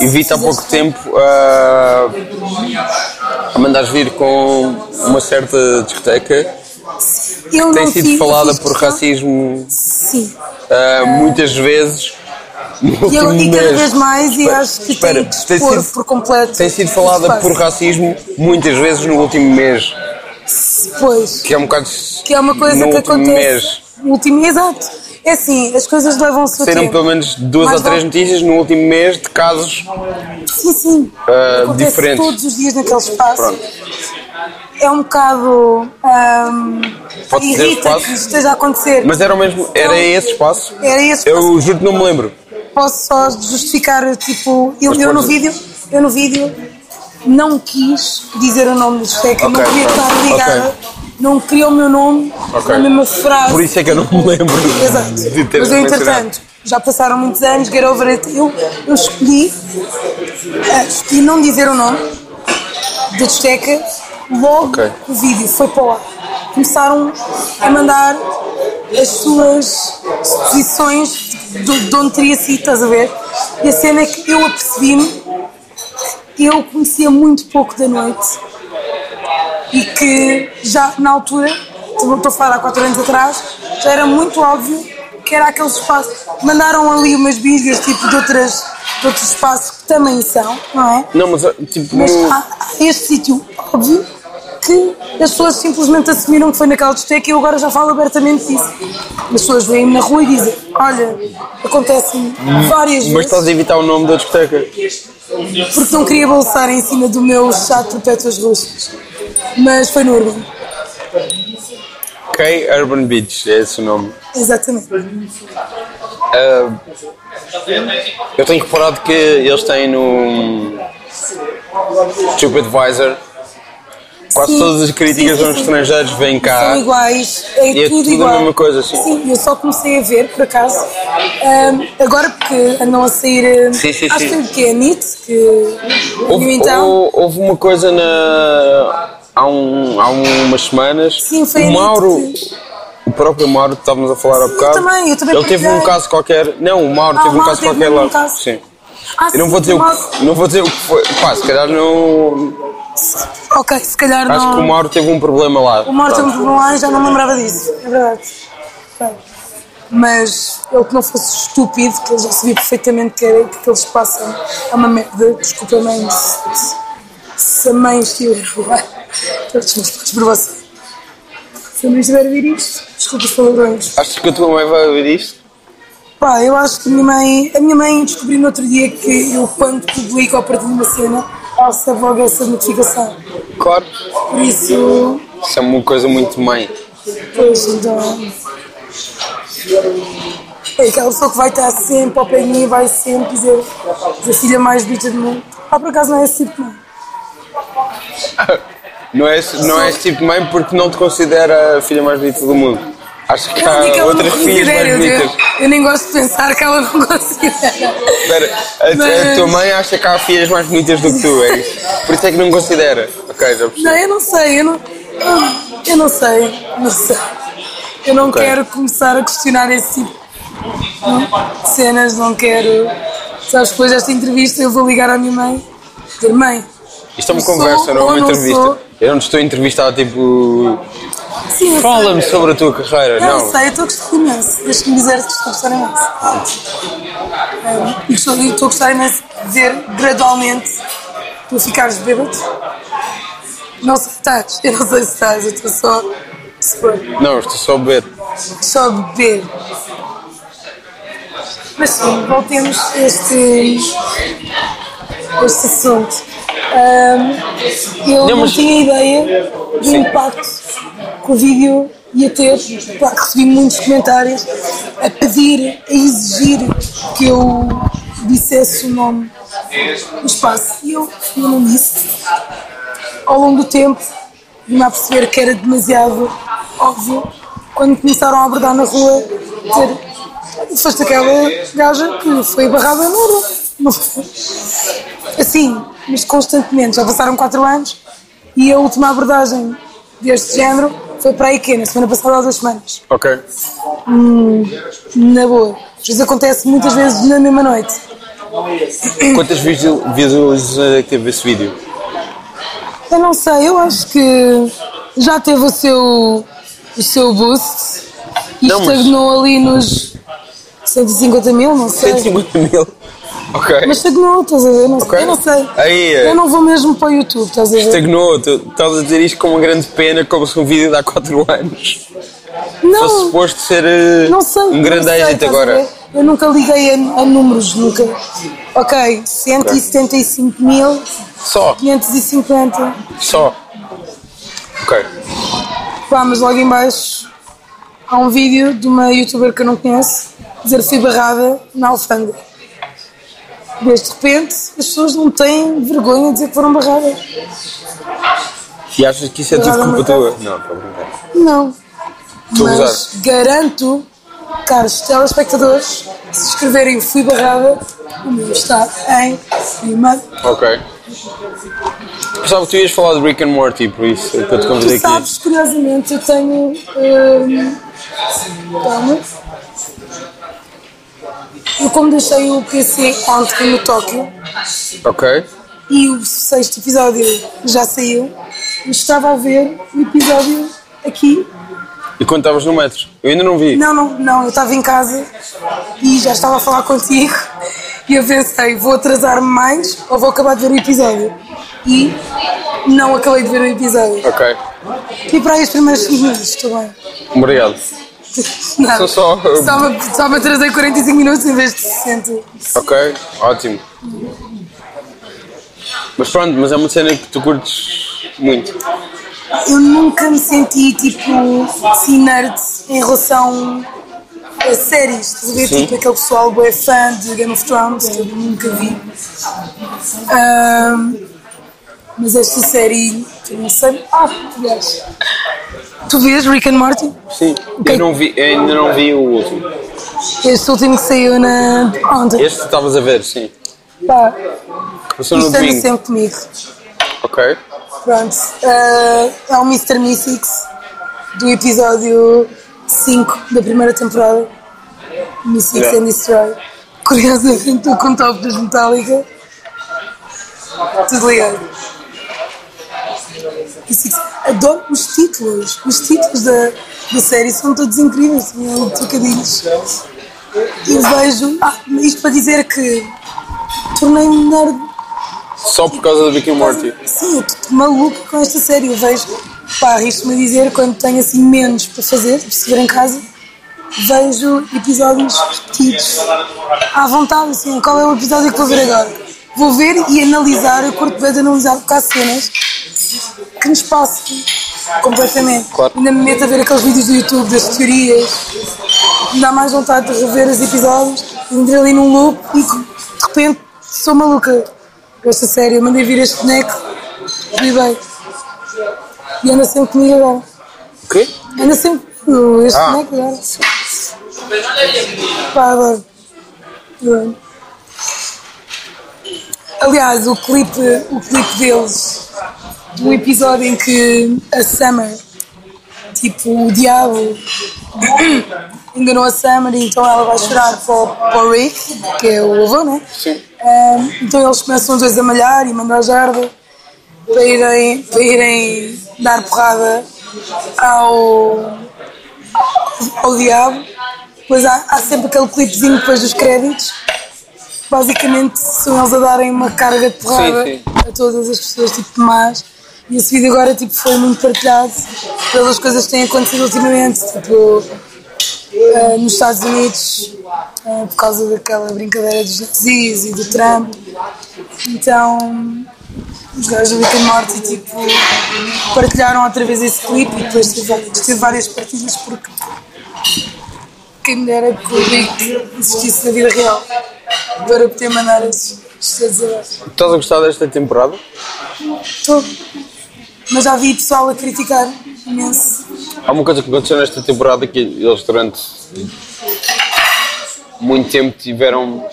S2: E vi-te há pouco tempo ah, a mandares vir com uma certa discoteca
S3: Eu
S2: que tem
S3: não
S2: sido
S3: fiz-
S2: falada
S3: fiz
S2: por
S3: questão-
S2: racismo
S3: Sim.
S2: ah, muitas vezes. no
S3: E, eu,
S2: último
S3: e cada
S2: mês.
S3: vez mais e acho que
S2: espera,
S3: tem que
S2: tem
S3: expor
S2: sido-
S3: por completo.
S2: Tem sido
S3: o
S2: falada
S3: que se
S2: por
S3: passa.
S2: racismo muitas vezes no último mês,
S3: Pois.
S2: que é um bocado.
S3: Que é uma coisa
S2: no
S3: que
S2: último
S3: acontece.
S2: mês.
S3: No último Exato. É assim, as coisas levam o seu
S2: Saíram
S3: tempo.
S2: pelo menos duas
S3: Mais
S2: ou três
S3: vale-
S2: notícias no último mês de casos
S3: Sim, sim.
S2: Ah,
S3: Acontece
S2: diferentes.
S3: todos os dias naquele espaço. É um bocado. ahm,
S2: Pode dizer
S3: irrita
S2: espaço?
S3: que isto esteja a acontecer.
S2: Mas era o mesmo, era esse espaço?
S3: Era esse
S2: Eu juro que não me lembro.
S3: posso só justificar, tipo, eu,
S2: Mas
S3: eu no
S2: podes-
S3: vídeo, eu no vídeo não quis dizer o nome do discoteca, não
S2: Ok,
S3: queria
S2: pronto.
S3: estar ligada, não queria o meu nome
S2: Ok.
S3: na mesma frase.
S2: Por isso é que eu não me lembro.
S3: Exato.
S2: de ter
S3: Mas eu,
S2: mencionado.
S3: entretanto, já passaram muitos anos, get over it. Eu, eu escolhi, eh, escolhi não dizer o nome da discoteca logo
S2: Ok.
S3: o vídeo foi para lá. Começaram a mandar as suas suposições de, de onde teria sido, estás a ver? E a cena é que eu apercebi-me que eu conhecia muito pouco da noite e que já na altura, estou estou a falar há 4 anos atrás, já era muito óbvio que era aquele espaço. Mandaram ali umas bíblias tipo de, outras, de outros espaços que também são, não é?
S2: Não, mas tipo.
S3: Mas
S2: no-
S3: há, há este sítio, óbvio, que as pessoas simplesmente assumiram que foi naquela discoteca e eu agora já falo abertamente disso. As pessoas vêm-me na rua e dizem: Olha, acontece-me várias
S2: Hum, Mas
S3: vezes
S2: estás a evitar o nome da discoteca.
S3: porque não queria bolsar em cima do meu chato perpétuas roxas. Mas foi no Urban,
S2: K Urban Beach, é esse o nome.
S3: exatamente.
S2: Eu tenho reparado que eles têm no TripAdvisor Quase
S3: Sim,
S2: todas as críticas
S3: sim, sim,
S2: aos
S3: sim.
S2: estrangeiros vêm cá.
S3: São iguais, é,
S2: E é
S3: tudo,
S2: tudo a
S3: igual.
S2: mesma coisa, sim.
S3: eu só comecei a ver, por acaso, ahm, agora porque andam a sair. ah,
S2: Sim, sim,
S3: acho
S2: sim.
S3: que foi o quê? A NIT? Que viu
S2: Houve,
S3: então.
S2: hou- houve uma coisa na. Há, um, há umas semanas.
S3: Sim, foi a
S2: o
S3: Anitta
S2: Mauro.
S3: que-
S2: O próprio Mauro que estávamos a falar há
S3: Sim, eu
S2: bocado.
S3: também, eu também
S2: Ele teve um
S3: partilhei.
S2: caso qualquer. Não, o Mauro
S3: Ah,
S2: teve
S3: o
S2: um
S3: Mauro
S2: caso
S3: teve
S2: qualquer
S3: um
S2: lá.
S3: caso.
S2: Sim.
S3: Ah,
S2: oh, Eu não
S3: sim,
S2: vou dizer, o,
S3: Mauro-
S2: que- não vou dizer o que foi. Pá, se calhar não.
S3: Ok, se calhar
S2: Acho
S3: não.
S2: que o Mauro teve um problema lá.
S3: O Mauro tem um
S2: Pronto.
S3: problema e já não me lembrava disso, é verdade. Bem, Mas ele que não fosse estúpido, que ele já sabia perfeitamente que era que aqueles passam a uma merda. Desculpa, mãe, se, se a mãe estiver a rolar, todos os meus pais por você. Se a mãe estiver a ver isto, desculpa os palavrões.
S2: Achas que a tua mãe vai ouvir isto?
S3: Pá, eu acho que a minha mãe, a minha mãe descobriu no outro dia que eu, quando publico ou partilho uma cena, ela recebe logo essa notificação.
S2: Claro.
S3: Por isso,
S2: Isso é uma coisa muito mãe.
S3: Pois então. É aquela pessoa que vai estar sempre ao pé de mim e vai sempre dizer a filha mais bonita do mundo. Ah, por acaso não é esse tipo, não.
S2: Não é, esse- não é esse tipo de mãe porque não te considera a filha mais bonita do mundo. Acho que
S3: Eu digo que
S2: há
S3: ela
S2: outras
S3: não
S2: filhas
S3: considera,
S2: Tá, mais
S3: eu,
S2: bonitas.
S3: digo- eu nem gosto de pensar que ela não considera.
S2: Espera, a, a
S3: Mas-
S2: tua mãe acha que há filhas mais bonitas do que tu, é isso? Por isso é que não considera. Ok, já percebi.
S3: Não, eu não sei, eu não, eu, eu não sei, não sei. Eu não
S2: Ok.
S3: quero começar a questionar esse tipo de cenas, não quero. Sabes, depois desta entrevista eu vou ligar à minha mãe, dizer, mãe,
S2: Isto é uma
S3: Sou
S2: conversa, não é
S3: ou
S2: uma
S3: não
S2: entrevista.
S3: sou?
S2: Eu não te estou a entrevistar, tipo.
S3: sim, eu sei."
S2: Fala-me sobre a tua carreira.
S3: Eu
S2: É, Não.
S3: não sei, eu estou a gostar imenso. Deixa-me dizer que estou a gostar imenso. Ah, e estou, e estou a gostar imenso de ver gradualmente tu ficares bêbado. Não sei se estás, eu não sei se estás, eu estou só a supor.
S2: Não, estou só a beber.
S3: Só a beber. Mas sim, voltemos a este, a este assunto. Ahm, eu não,
S2: mas-
S3: tinha ideia do impacto que o vídeo ia ter. Claro que recebi muitos comentários a pedir, a exigir que eu dissesse o nome do espaço. E eu, eu não disse. Ao longo do tempo, vim-me a perceber que era demasiado óbvio. Quando começaram a abordar na rua, dizer, foste aquela gaja que foi barrada na rua. Não foi assim, mas constantemente. Já passaram 4 anos e a última abordagem deste género foi para a IQ, na semana passada ou duas semanas.
S2: Ok.
S3: Na boa. Às vezes acontece muitas vezes na mesma noite.
S2: Quantas visu- visualizações é que teve esse vídeo?
S3: Eu não sei, eu acho que já teve o seu, o seu boost e
S2: Não, mas-
S3: estagnou ali nos 150 mil, não sei.
S2: 150 mil. Ok.
S3: Mas estagnou, estás a ver? Não,
S2: Ok.
S3: Eu não sei.
S2: Aí, é.
S3: eu não vou mesmo para o YouTube, estás a ver?
S2: Estagnou, tu estás a dizer isto com uma grande pena, como se um vídeo de há 4 anos
S3: Não.
S2: fosse suposto ser eh,
S3: Não sei.
S2: um grande
S3: não sei,
S2: êxito
S3: estás a
S2: agora.
S3: ver? Eu nunca liguei a, a números, nunca. Ok, 175.550.
S2: Só, só. Ok.
S3: Pá, mas logo em baixo há um vídeo de uma youtuber que eu não conheço dizer fui barrada na alfândega. Mas de repente as pessoas não têm vergonha de dizer que foram barradas.
S2: E achas que isso é tudo
S3: Provavelmente
S2: culpa tua? Não, estou a brincar.
S3: Não.
S2: Estou a
S3: Mas garanto, caros telespectadores, se escreverem fui barrada, o meu está em cima.
S2: Ok. Pensava que tu ias falar de Rick and Morty, por isso é que eu te
S3: Tu
S2: convidei aqui.
S3: sabes, curiosamente, eu tenho. hum, calma. Eu, como deixei o PC ontem no Tóquio
S2: Ok.
S3: e o sexto episódio já saiu, eu estava a ver o episódio aqui.
S2: E quando estavas no metro? Eu ainda não vi.
S3: Não, não, não, eu estava em casa e já estava a falar contigo e eu pensei, vou atrasar-me mais ou vou acabar de ver o episódio. E não acabei de ver o episódio.
S2: Ok.
S3: E para aí os primeiros 5 minutos, estou bem.
S2: Obrigado.
S3: Nada.
S2: Só- um, só-
S3: Só me, só me atrasei 45 minutos em vez de 60.
S2: Ok. Ótimo. Mas pronto, mas é uma cena que tu curtes muito.
S3: Eu nunca me senti tipo assim nerd em relação a séries. Estás a ver?
S2: Sim.
S3: Tipo aquele pessoal bué fã de Game of Thrones que eu nunca vi. Ahm, mas esta série Morty, não sei. Ah, tu vês. Tu vês Rick and Morty?
S2: Sim. Eu, não vi, eu ainda não vi o último.
S3: Este último que saiu na. Ontem.
S2: Este estavas a ver, sim.
S3: Pá,
S2: Começou no
S3: isto é anda
S2: domingo.
S3: sempre comigo.
S2: Ok.
S3: Pronto. eh, é o Mr. Mystics do episódio 5 da primeira temporada. Mystics
S2: Yeah.
S3: and Destroy. Curiosamente estou com top dos Metallica. Tudo ligado. Mystics. Adoro os títulos. Os títulos da, da série são todos incríveis. São trocadilhos. Eu vejo. Ah, isto para dizer que tornei-me nerd
S2: Só por causa do Rick and Morty.
S3: Sim, eu estou maluca com esta série. Eu vejo, pá, arrisco-me a dizer, quando tenho assim menos para fazer, para se ver em casa, vejo episódios repetidos à vontade, assim, qual é o episódio que vou ver agora? Vou ver e analisar, eu curto bem de analisar porque há cenas que nos passam completamente.
S2: Claro.
S3: Ainda me meto a ver aqueles vídeos do YouTube das teorias, dá mais vontade de rever os episódios, entrei ali num loop e de repente sou maluca com esta série. Eu mandei vir este boneco, vi bem. E anda sempre comigo agora.
S2: O quê?
S3: Anda sempre comigo, este
S2: Ah.
S3: boneco agora. Pá, adoro. Adoro. eh, Aliás, o clipe, o clipe deles, do episódio em que a Summer, tipo, o diabo enganou a Summer e então ela vai chorar para o, para o Rick, que é o avô, né?
S2: Sim.
S3: Ahm, então eles começam os dois a malhar e mandar a jarda para irem, para irem dar porrada ao, ao diabo. Depois há, há sempre aquele clipezinho depois dos créditos. Basicamente são eles a darem uma carga de porrada
S2: Sim, sim.
S3: a todas as pessoas tipo más. E esse vídeo agora tipo, foi muito partilhado pelas coisas que têm acontecido ultimamente, tipo eh, nos Estados Unidos, eh, por causa daquela brincadeira dos nazis e do Trump. Então os gajos do Rick and Morty tipo, partilharam outra vez esse clipe e depois teve, teve várias partilhas porque quem me dera que o Rick existisse na vida real para poder mandar esses estados abaixo.
S2: Estás a gostar desta temporada?
S3: Estou. Mas já vi pessoal a criticar imenso.
S2: Há uma coisa que aconteceu nesta temporada que eles durante muito tempo tiveram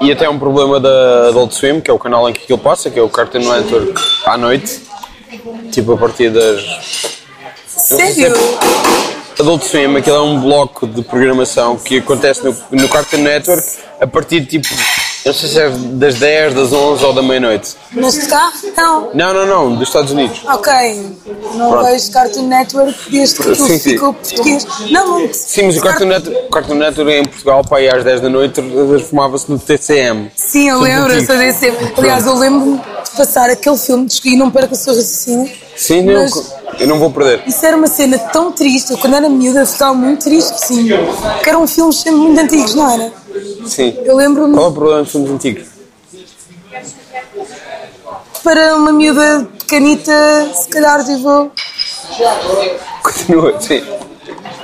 S2: e até um problema da Adult Swim, que é o canal em que aquilo passa, que é o Cartoon Network à noite, tipo a partir das
S3: Sério?
S2: Adult Swim, aquilo é um bloco de programação que acontece no, no Cartoon Network a partir de tipo, eu não sei se é das 10, das 11 ou da meia-noite.
S3: Neste carro? Não.
S2: Não, não, não, dos Estados Unidos.
S3: Ok, não vejo Cartoon Network desde que
S2: Sim,
S3: aquilo
S2: sim.
S3: ficou português. Não, não.
S2: Sim, mas o Cartoon Network, o Cartoon Network em Portugal, para aí às 10 da noite, transformava-se no TCM.
S3: Sim, eu lembro, eu sou desse tempo. Aliás, eu lembro-me de passar aquele filme de e não perca o seu raciocínio.
S2: Sim, não,
S3: Mas-
S2: eu não vou perder.
S3: Isso era uma cena tão triste. Eu, quando era miúda, eu ficava muito triste, sim. Porque eram filmes sempre muito antigos, não era?
S2: Sim.
S3: Eu lembro-me
S2: Qual é o problema dos filmes antigos?
S3: para uma miúda pequenita, se calhar, tipo.
S2: Continua, sim.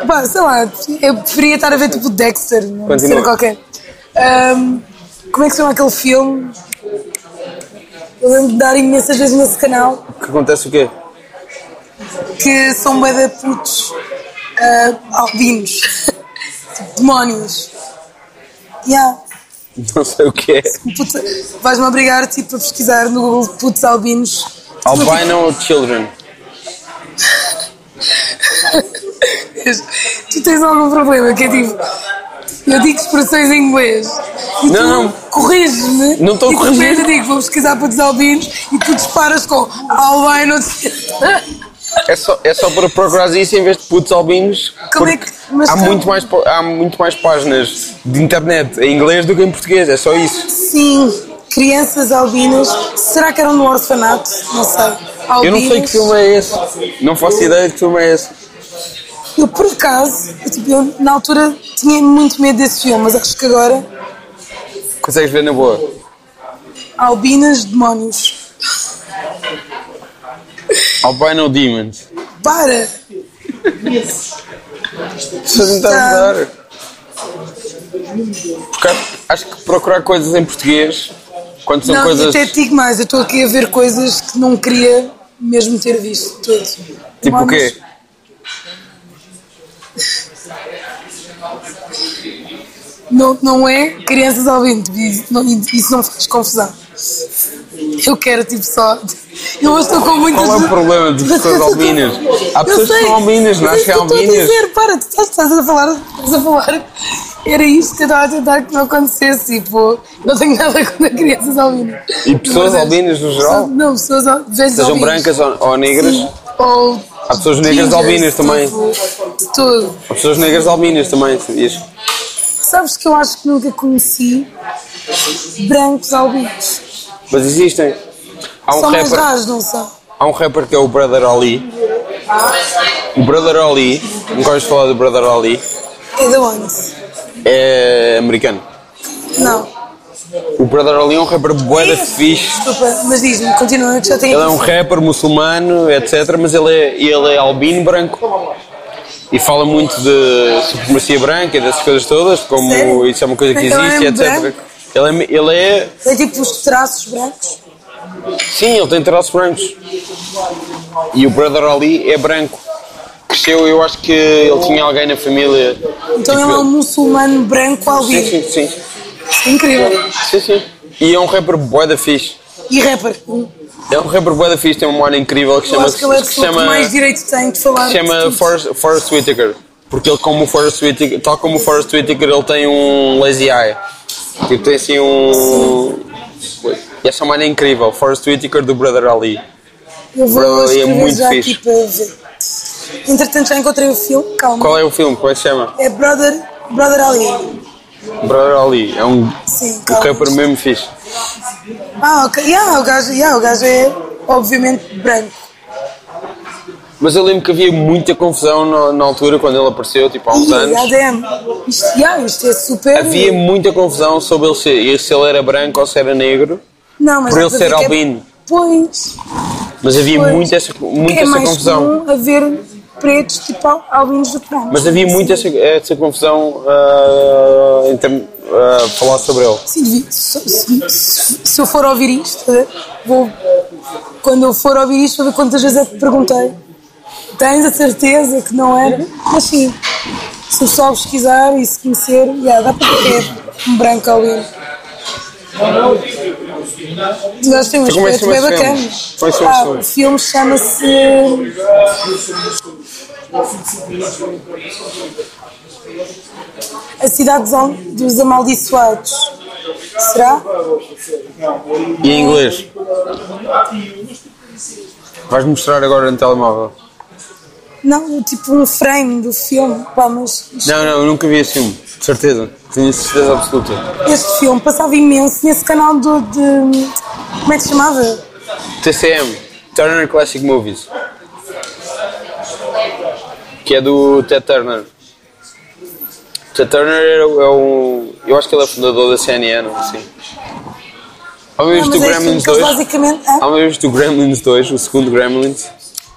S3: Pá, sei lá, eu preferia estar a ver tipo Dexter, uma
S2: Continua.
S3: cena qualquer. Ahm, como é que se chama aquele filme? Eu lembro de dar imensas vezes nesse canal.
S2: O que acontece o quê?
S3: que são bué de putos ah, albinos, Tipo, demónios. Yeah.
S2: Não sei o que é.
S3: Puta- Vais-me obrigar tipo, a pesquisar no Google putos albinos.
S2: Albino Children.
S3: Tu tens algum problema, que é tipo. Eu digo expressões em inglês. E tu
S2: Não, não.
S3: corriges-me.
S2: Não estou
S3: e
S2: a corrigir.
S3: E eu digo, vou pesquisar putos albinos e tu disparas com albino.
S2: É só, é só para procurar isso em vez de putos albinos.
S3: Como é
S2: porque
S3: que- mas
S2: há,
S3: como-
S2: muito mais, pa- há muito mais páginas de internet em inglês do que em português, é só isso.
S3: Sim, crianças albinas. Será que eram do orfanato? Não sei. Albinos.
S2: Eu não sei que filme é esse. Não faço ideia de que filme é esse.
S3: Eu, por acaso, eu, tipo, eu, na altura tinha muito medo desse filme, mas acho que agora
S2: Consegues ver na boa?
S3: Albinas Demónios.
S2: Albino Demons.
S3: Para!
S2: Isso não está a mudar. Porque acho- acho que procurar coisas em português, quando são
S3: não, tipo eu
S2: coisas.
S3: até te digo mais, eu estou aqui a ver coisas que não queria mesmo ter visto tudo.
S2: Tipo o
S3: Mas-
S2: quê?
S3: Não, não é crianças ao vento, isso não, isso não faz confusão. Eu quero, tipo, só. Eu hoje estou com muitas.
S2: Qual é o problema de pessoas albinas? Há pessoas que são albinas, não
S3: mas
S2: acho que é
S3: isso eu Estou a
S2: albinas.
S3: dizer, para, tu estás, estás a falar, estás a falar. Era isto que eu estava a tentar que não acontecesse, tipo, não tenho nada contra crianças albinas.
S2: E pessoas
S3: Mas- é-
S2: albinas no geral?
S3: Não, pessoas al- velhas
S2: Sejam
S3: albinas.
S2: brancas ou, ou negras.
S3: Sim, Ou
S2: Há pessoas negras
S3: gingers,
S2: albinas também.
S3: tipo, de Tudo.
S2: Há pessoas negras albinas também, sabias?
S3: Sabes que eu acho que nunca conheci brancos albinos.
S2: Mas existem. Há um,
S3: são mais
S2: rapper,
S3: raros, não são?
S2: há um rapper que é o Brother Ali. O Brother Ali, não gosto de falar do Brother Ali,
S3: É de onde?
S2: é americano.
S3: Não.
S2: O Brother Ali é um rapper bué da fixe.
S3: Desculpa, mas diz-me, continua, que já tenho.
S2: Ele é um rapper muçulmano, etc. Mas ele é, ele é albino branco. E fala muito de supremacia branca e dessas coisas todas, como
S3: Sério?
S2: isso é uma coisa que
S3: Então
S2: existe,
S3: é
S2: etc.
S3: branco?
S2: Ele é, ele é.
S3: É tipo os traços brancos.
S2: Sim, ele tem traços brancos. E o Brother Ali é branco. Cresceu, eu acho que ele tinha alguém na família.
S3: Então
S2: tipo,
S3: ele é um muçulmano branco
S2: Sim,
S3: albino.
S2: sim, sim.
S3: Incrível.
S2: Sim, sim. E é um rapper bué da fixe.
S3: E rapper.
S2: É um rapper bué da fixe, tem uma hora incrível que
S3: Eu
S2: chama...
S3: acho que ele é a
S2: que
S3: pessoa que
S2: chama...
S3: mais direito tem de falar.
S2: Se
S3: de
S2: chama
S3: tudo.
S2: Forrest, Forrest Whitaker. Porque ele, como o Forrest Whitaker, tal como o Forrest Whitaker, ele tem um lazy eye. Tipo, tem assim um. E essa maneira é incrível. Forrest Whitaker do Brother Ali.
S3: Eu
S2: Bro, ele
S3: vou
S2: é
S3: escrever
S2: muito
S3: já
S2: fixe.
S3: aqui para ver. Entretanto, já encontrei o filme, calma.
S2: Qual é o filme? Como é que se chama?
S3: É Brother, Brother Ali.
S2: Brother Ali. É um, um
S3: Sim, calma.
S2: rapper mesmo fixe.
S3: Ah, ok. Yeah, o, gajo, yeah, o gajo é, obviamente, branco.
S2: Mas eu lembro que havia muita confusão na, na altura quando ele apareceu, tipo há uns
S3: Ih,
S2: anos.
S3: ADM. Isto, yeah, isto é super.
S2: Havia muita confusão sobre ele ser, se ele era branco ou se era negro.
S3: não, mas
S2: por ele
S3: dá para
S2: ser
S3: ver que é-
S2: albino.
S3: Pois.
S2: Mas havia
S3: pois.
S2: muita essa, muita
S3: é
S2: essa
S3: mais
S2: confusão.
S3: comum haver pretos tipo al- albinos do que brancos.
S2: Mas havia muito essa, essa confusão ah, em term- ah, falar sobre ele.
S3: Sim, devia- se, se- se- se eu for ouvir isto, eh, vou. Quando eu for ouvir isto, vou ver quantas vezes é que te perguntei. Tens a certeza que não era? Mas sim, se o pessoal pesquisar e se conhecer, já dá para ver um branco albino. Tu gostas de um
S2: Como é que
S3: aspecto
S2: chama
S3: bem
S2: esse
S3: bacana.
S2: filme? Como é que chama esse
S3: Ah,
S2: filme?
S3: o filme chama-se. A Cidade dos Am- dos Amaldiçoados. Será?
S2: E em inglês? Vais mostrar agora no telemóvel?
S3: Não, tipo um frame do filme. Pá, mas
S2: Não, não, eu nunca vi esse filme. De certeza. Tenho certeza absoluta.
S3: este filme passava imenso nesse canal do, de. Como é que se chamava?
S2: TCM, Turner Classic Movies. Que é do Ted Turner. Ted Turner é, o- é um. Eu acho que ele é fundador da CNN, ou assim. Ao
S3: Ah,
S2: mesmo do
S3: mas é este filme
S2: Gremlins
S3: que eles
S2: 2.
S3: basicamente. hã?
S2: Ao mesmo do Gremlins 2, o segundo Gremlins.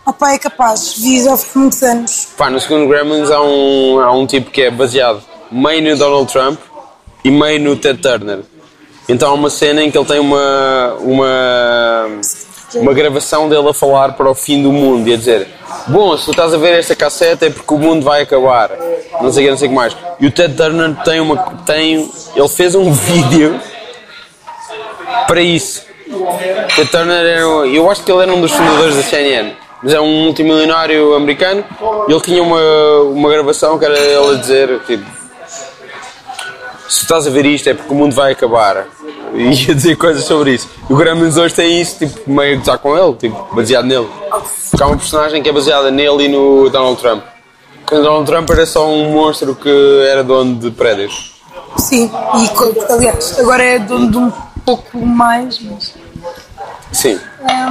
S3: Ah, pá, é capaz. Vi já há muitos anos.
S2: Pá, no segundo Gremlins há um, há um tipo que é baseado meio no Donald Trump e meio no Ted Turner. Então há uma cena em que ele tem uma, uma, uma gravação dele a falar para o fim do mundo e a dizer Bom, se tu estás a ver esta casseta é porque o mundo vai acabar. Não sei o que, não sei o que mais. E o Ted Turner tem uma... Tem, ele fez um vídeo para isso. Ted Turner era, eu acho que ele era um dos fundadores da CNN, mas é um multimilionário americano e ele tinha uma, uma gravação que era ele a dizer tipo se estás a ver isto é porque o mundo vai acabar e ia dizer coisas sobre isso. E o Gremlins hoje tem isso, tipo, meio a gozar com ele, tipo, baseado nele. Porque há uma personagem que é baseada nele e no Donald Trump. Quando o Donald Trump era só um monstro que era dono de prédios.
S3: Sim, e co- aliás, agora é dono de um pouco mais, mas.
S2: Sim.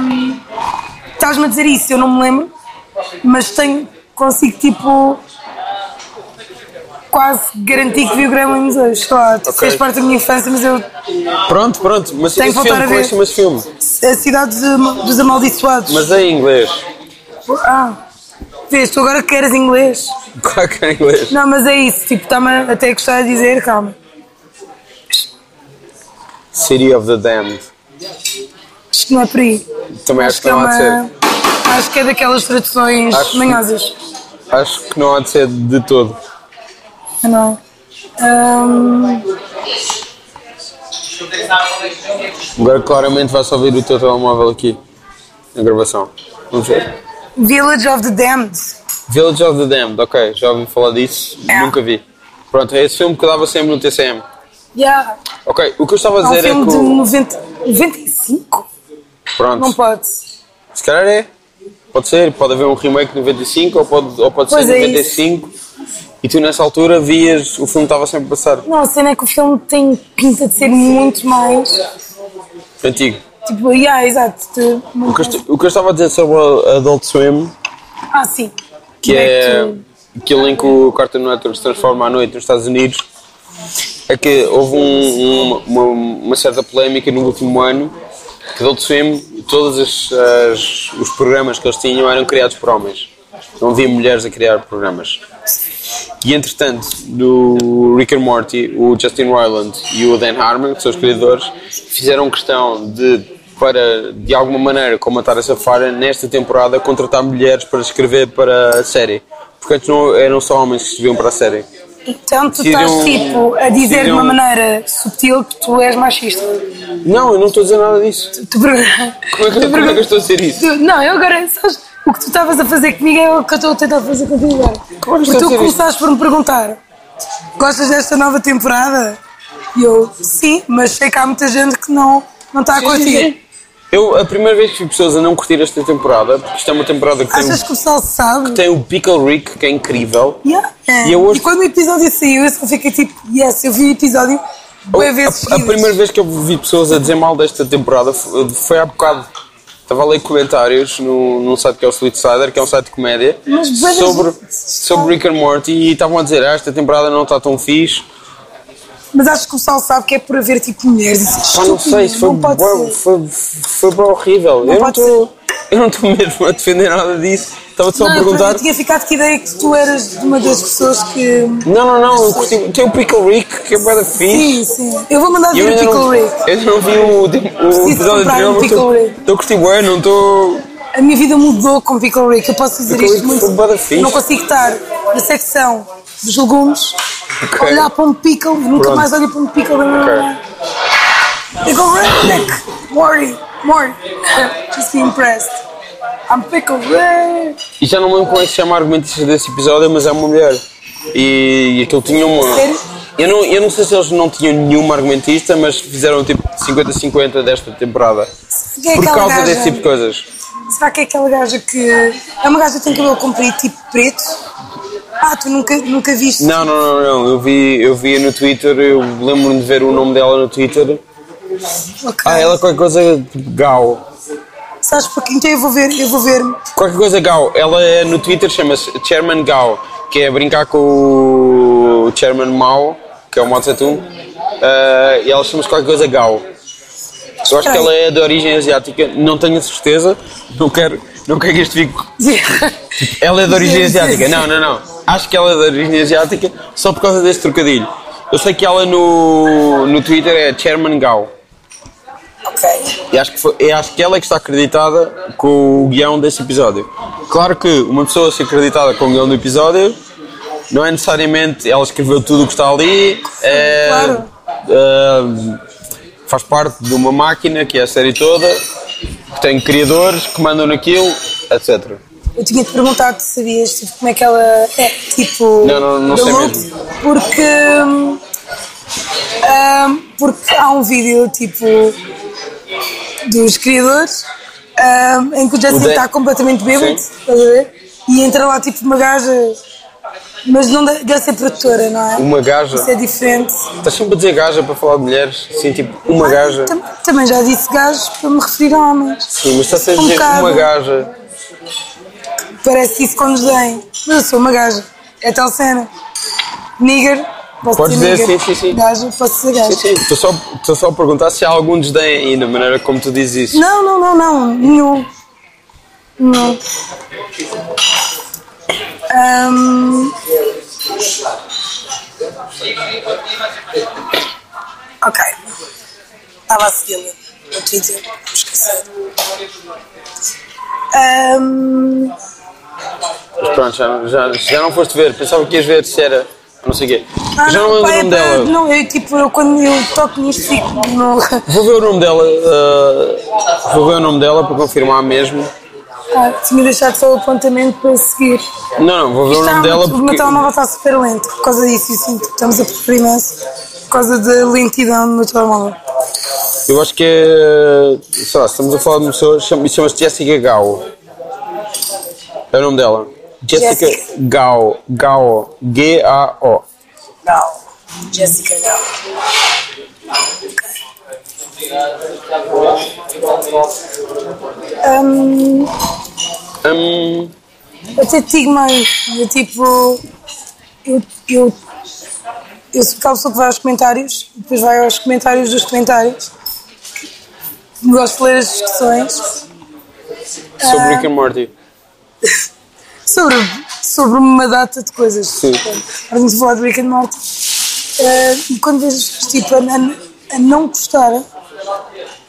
S3: Hum, Estás-me a dizer isso, eu não me lembro, mas tenho, consigo tipo quase garantir que vi o Gremlins hoje. Claro, fez parte da minha infância, mas eu.
S2: Pronto, pronto, mas
S3: Tem que
S2: esse
S3: voltar
S2: filme,
S3: a
S2: como é que
S3: ver.
S2: chama esse filme?
S3: A cidade dos Am- dos amaldiçoados.
S2: Mas é em inglês.
S3: Ah, vês, tu agora que eras inglês.
S2: Claro que é em inglês.
S3: Não, mas é isso, tipo, está-me a- até a gostar de dizer, calma.
S2: City of the Damned.
S3: Isto não é por aí. é
S2: Também acho que não há de ser.
S3: Acho que é daquelas traduções
S2: Acho-
S3: manhosas.
S2: Acho que não há de ser de todo.
S3: Não é? Ahm,
S2: Agora claramente vai-se ouvir o teu telemóvel aqui, na gravação. Vamos ver.
S3: Village of the Damned.
S2: Village of the Damned, ok, já ouvi falar disso,
S3: É.
S2: nunca vi. Pronto, é esse filme que dava sempre no TCM.
S3: Yeah.
S2: Ok, o que eu estava a
S3: É um
S2: dizer é,
S3: filme
S2: que.
S3: de
S2: o-
S3: 90, 95?
S2: Pronto,
S3: Não pode.
S2: se calhar é. Pode ser, pode haver um remake de 95 ou pode, ou pode ser
S3: Pois
S2: de
S3: é isso.
S2: 95. E tu nessa altura vias, o filme estava sempre a passar.
S3: Não, a cena é que o filme tem pinta de ser muito mais.
S2: Antigo.
S3: Tipo, yeah, exato. de-
S2: O que, eu, est- o que eu estava a dizer sobre o Adult Swim,
S3: Ah, sim.
S2: que é
S3: Back to-
S2: aquilo em que o Cartoon Network se transforma à noite nos Estados Unidos, é que houve um- um- uma, uma certa polémica no último ano que Adult Swim, todos as- as- os programas que eles tinham eram criados por homens. Não havia mulheres a criar programas. E entretanto, do Rick and Morty, o Justin Roiland e o Dan Harmon, que são os criadores, fizeram questão de, para de alguma maneira comatar essa falha, nesta temporada contratar mulheres para escrever para a série. Porque antes não eram só homens que escreviam para a série.
S3: Então tu
S2: Decidiram-
S3: estás tipo a dizer de uma
S2: decidiram-
S3: maneira subtil que tu és machista.
S2: Não, eu não estou a dizer nada disso.
S3: Tu, tu,
S2: Como é que, como é que eu estou a dizer isso?
S3: tu- não, eu agora, sabes, o que tu estavas a fazer comigo é o que eu estou a tentar fazer contigo agora.
S2: Claro é que
S3: Porque
S2: estou a
S3: tu
S2: dizer
S3: começaste por me perguntar: gostas desta nova temporada? E eu, sim, mas sei que há muita gente que não, não está a curtir.
S2: Eu, a primeira vez que vi pessoas a não curtir esta temporada, porque isto é uma temporada que tem,
S3: Achas que o pessoal sabe?
S2: tem o Pickle Rick, que é incrível.
S3: Yeah. é.
S2: E eu hoje-
S3: E quando o episódio saiu, eu só fiquei tipo, yes, eu vi o episódio
S2: Oh, A-
S3: boa vezes
S2: a, a
S3: seguidas.
S2: primeira vez que eu vi pessoas a dizer mal desta temporada f- foi há bocado. Estava a ler comentários no, num site que é o Slider, que é um site de comédia,
S3: Mas bué da
S2: sobre,
S3: gente.
S2: sobre Rick and Morty e estavam a dizer, ah, esta temporada não está tão fixe.
S3: Mas acho que o pessoal sabe que é por haver tipo mulheres. Isso
S2: Pá,
S3: é
S2: não sei,
S3: estúpido,
S2: isso foi,
S3: não pode
S2: bué-
S3: ser.
S2: foi, foi, bué horrível. eu, não
S3: pode
S2: tô- eu não estou mesmo a defender nada disso. Estava só a
S3: Não, eu-
S2: perguntar.
S3: Eu tinha ficado com a ideia que tu eras uma das pessoas que.
S2: Não, não, não, eu curti, tem o Pickle Rick, que é bué da fixe.
S3: Sim, sim. Eu vou mandar
S2: E
S3: ver o
S2: ainda
S3: Pickle
S2: não,
S3: Rick.
S2: eu ainda não vi o, o episódio
S3: comprar um
S2: anterior, mas
S3: Pickle
S2: estou-
S3: Rick.
S2: estou a curtir bué, não estou...
S3: A minha vida mudou com o Pickle Rick. Eu posso dizer
S2: Pickle
S3: isto
S2: Rick
S3: muito.
S2: foi bué da fixe.
S3: Eu não consigo estar na secção dos legumes,
S2: Ok.
S3: olhar para um pickle, nunca
S2: Pronto.
S3: mais olho para um pickle. Pickle Rick! Nick. Worry, worry. Just be impressed. I'm Pickle Rick.
S2: E já não me lembro como é que se chama a argumentista desse episódio, mas é uma mulher. E, e aquilo tinha uma.
S3: Sério?
S2: Eu não, eu não sei se eles não tinham nenhuma argumentista, mas fizeram tipo 50-50 desta temporada.
S3: Quem é
S2: Por
S3: aquela
S2: causa
S3: gaja?
S2: desse tipo de coisas.
S3: Será que é aquela gaja que. É uma gaja que tem cabelo comprido, tipo preto? Ah, tu nunca, nunca viste?
S2: Não, não, não, não. Eu vi, eu vi no Twitter, eu lembro-me de ver o nome dela no Twitter.
S3: Ok.
S2: Ah, ela é qualquer coisa gal.
S3: Sabes porquê? Então eu vou ver, eu vou ver.
S2: Qualquer coisa gal. Ela é no Twitter chama-se Chairman Gal, que é brincar com o Chairman Mao, que é o Mao Tse Tung. Ah, e ela chama-se qualquer coisa gal. Eu acho que ela é de origem asiática, não tenho a certeza, não quero, não quero que isto fique. Ela é de origem asiática, não, não, não. Acho que ela é de origem asiática só por causa desse trocadilho. Eu sei que ela no, no Twitter é Chairman Gao.
S3: Ok.
S2: E acho que, foi- e acho que ela é que está acreditada com o guião desse episódio. Claro que uma pessoa ser acreditada com o guião do episódio não é necessariamente ela escreveu tudo o que está ali. é,
S3: Claro.
S2: é, faz parte de uma máquina que é a série toda, que tem criadores que mandam naquilo, etc.
S3: Eu tinha te perguntado se sabias tipo, como é que ela é, tipo.
S2: Não, não, não
S3: da
S2: sei
S3: look,
S2: mesmo.
S3: Porque. hum, hum, porque há um vídeo, tipo. dos criadores hum, em que o
S2: O
S3: Justin
S2: Dan-
S3: está completamente bêbado,
S2: Sim.
S3: estás a ver? E entra lá, tipo, uma gaja. Mas não de- deve ser produtora, não é?
S2: Uma gaja.
S3: Isso é diferente.
S2: Estás sempre a dizer gaja para falar de mulheres? Sim, tipo, uma gaja.
S3: Tam- também já disse gajos para me referir a homens.
S2: Sim, mas estás sempre a
S3: Um
S2: dizer uma
S3: bocado.
S2: gaja.
S3: Parece isso quando nos deem. Mas eu sou uma gaja. É tal cena. Nigger. Posso
S2: Podes
S3: ser
S2: dizer,
S3: nigger.
S2: sim, sim, sim.
S3: Gaja, posso
S2: Sim,
S3: ser gaja.
S2: sim. Estou só, estou só a perguntar se há algum desdém aí na maneira como tu dizes isso.
S3: Não, não, não, não. Nenhum. Não. Ahm. Ok. Estava a segui-la no Twitter. Esqueci.
S4: Ahm,
S2: Mas pronto, já, não- já, já não foste ver. Pensava que ias ver se era. Não sei o quê.
S3: ah,
S2: já não lembro
S3: pá,
S2: o
S3: é
S2: nome
S3: pá,
S2: dela.
S3: Não, eu tipo, eu, quando eu toco nisto fico. No...
S2: Vou ver o nome dela. ah, vou ver o nome dela para confirmar mesmo.
S3: Ah, se me deixar só o apontamento para seguir. Isto é um
S2: Não, não, vou ver o
S3: está,
S2: nome dela
S3: muito- O meu
S2: porque.
S3: telemóvel está super lento por causa disso. Eu sinto que estamos a preferir imenso por causa da lentidão do meu telemóvel.
S2: Eu acho que é. Sei lá, estamos a falar de uma pessoa. chama- Chama-se Jessica Gao. É o nome dela. Jessica
S4: Jessica.
S2: Gao. Gao. G-A-O.
S4: Gal. Jessica Gal.
S3: Ahm,
S2: Hum,
S3: Eu até te digo mais, eu tipo. Eu, eu, eu sou aquela pessoa que vai aos comentários, depois vai aos comentários dos comentários. Gosto de ler as discussões Ah.
S2: sobre Rick and Morty.
S3: sobre, sobre uma data de coisas. Sim. Vamos falar de Rick and Morty. Ah, e quando vejo tipo, a, a- a não gostar,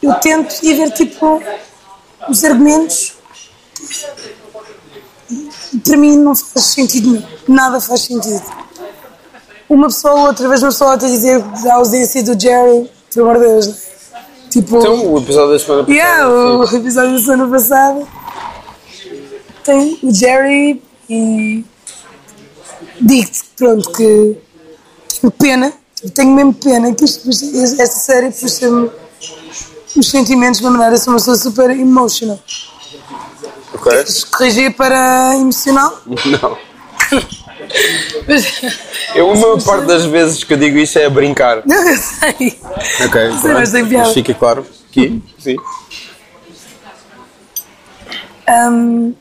S3: eu tento ir ver tipo, os argumentos. E Para mim não faz sentido nenhum. Nada faz sentido. Uma pessoa ou outra vez uma pessoa outra dizer da ausência do Jerry, pelo amor de Deus. né? Tipo,
S2: Então, o episódio da semana passada.
S3: Yeah,
S2: sim.
S3: é, o episódio da semana passada tem o Jerry e digo-te pronto que tenho pena, tenho mesmo pena que isto, puxa- esta série puxa-me os sentimentos de uma maneira, sou uma pessoa super emotional.
S2: Ok?
S3: Se Corrigir para emocional,
S2: Não.
S3: mas
S2: Eu, a maior parte das vezes que eu digo isso é a brincar.
S3: não eu sei.
S2: Ok,
S3: Sim, mas é tem piada.
S2: fica claro que sim.
S3: Ahm,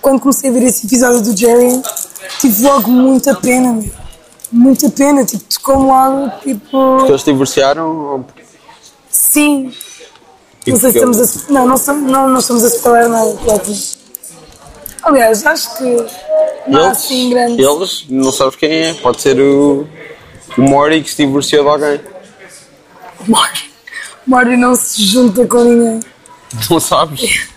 S3: quando comecei a ver esse episódio do Jerry, tive logo muita pena, meu. muita pena, tipo, tocou-me logo, tipo.
S2: Eles divorciaram? ou-
S3: Sim. Não sei se
S2: porque
S3: estamos a. Não, não, estamos- não, não estamos a spoiler nada, claro. Aliás, acho que. Não há
S2: Eles,
S3: assim grande.
S2: eles, não sabes quem é, pode ser o, o Mori que se divorciou de alguém.
S3: Mori. Mori não se junta com ninguém.
S2: Não sabes?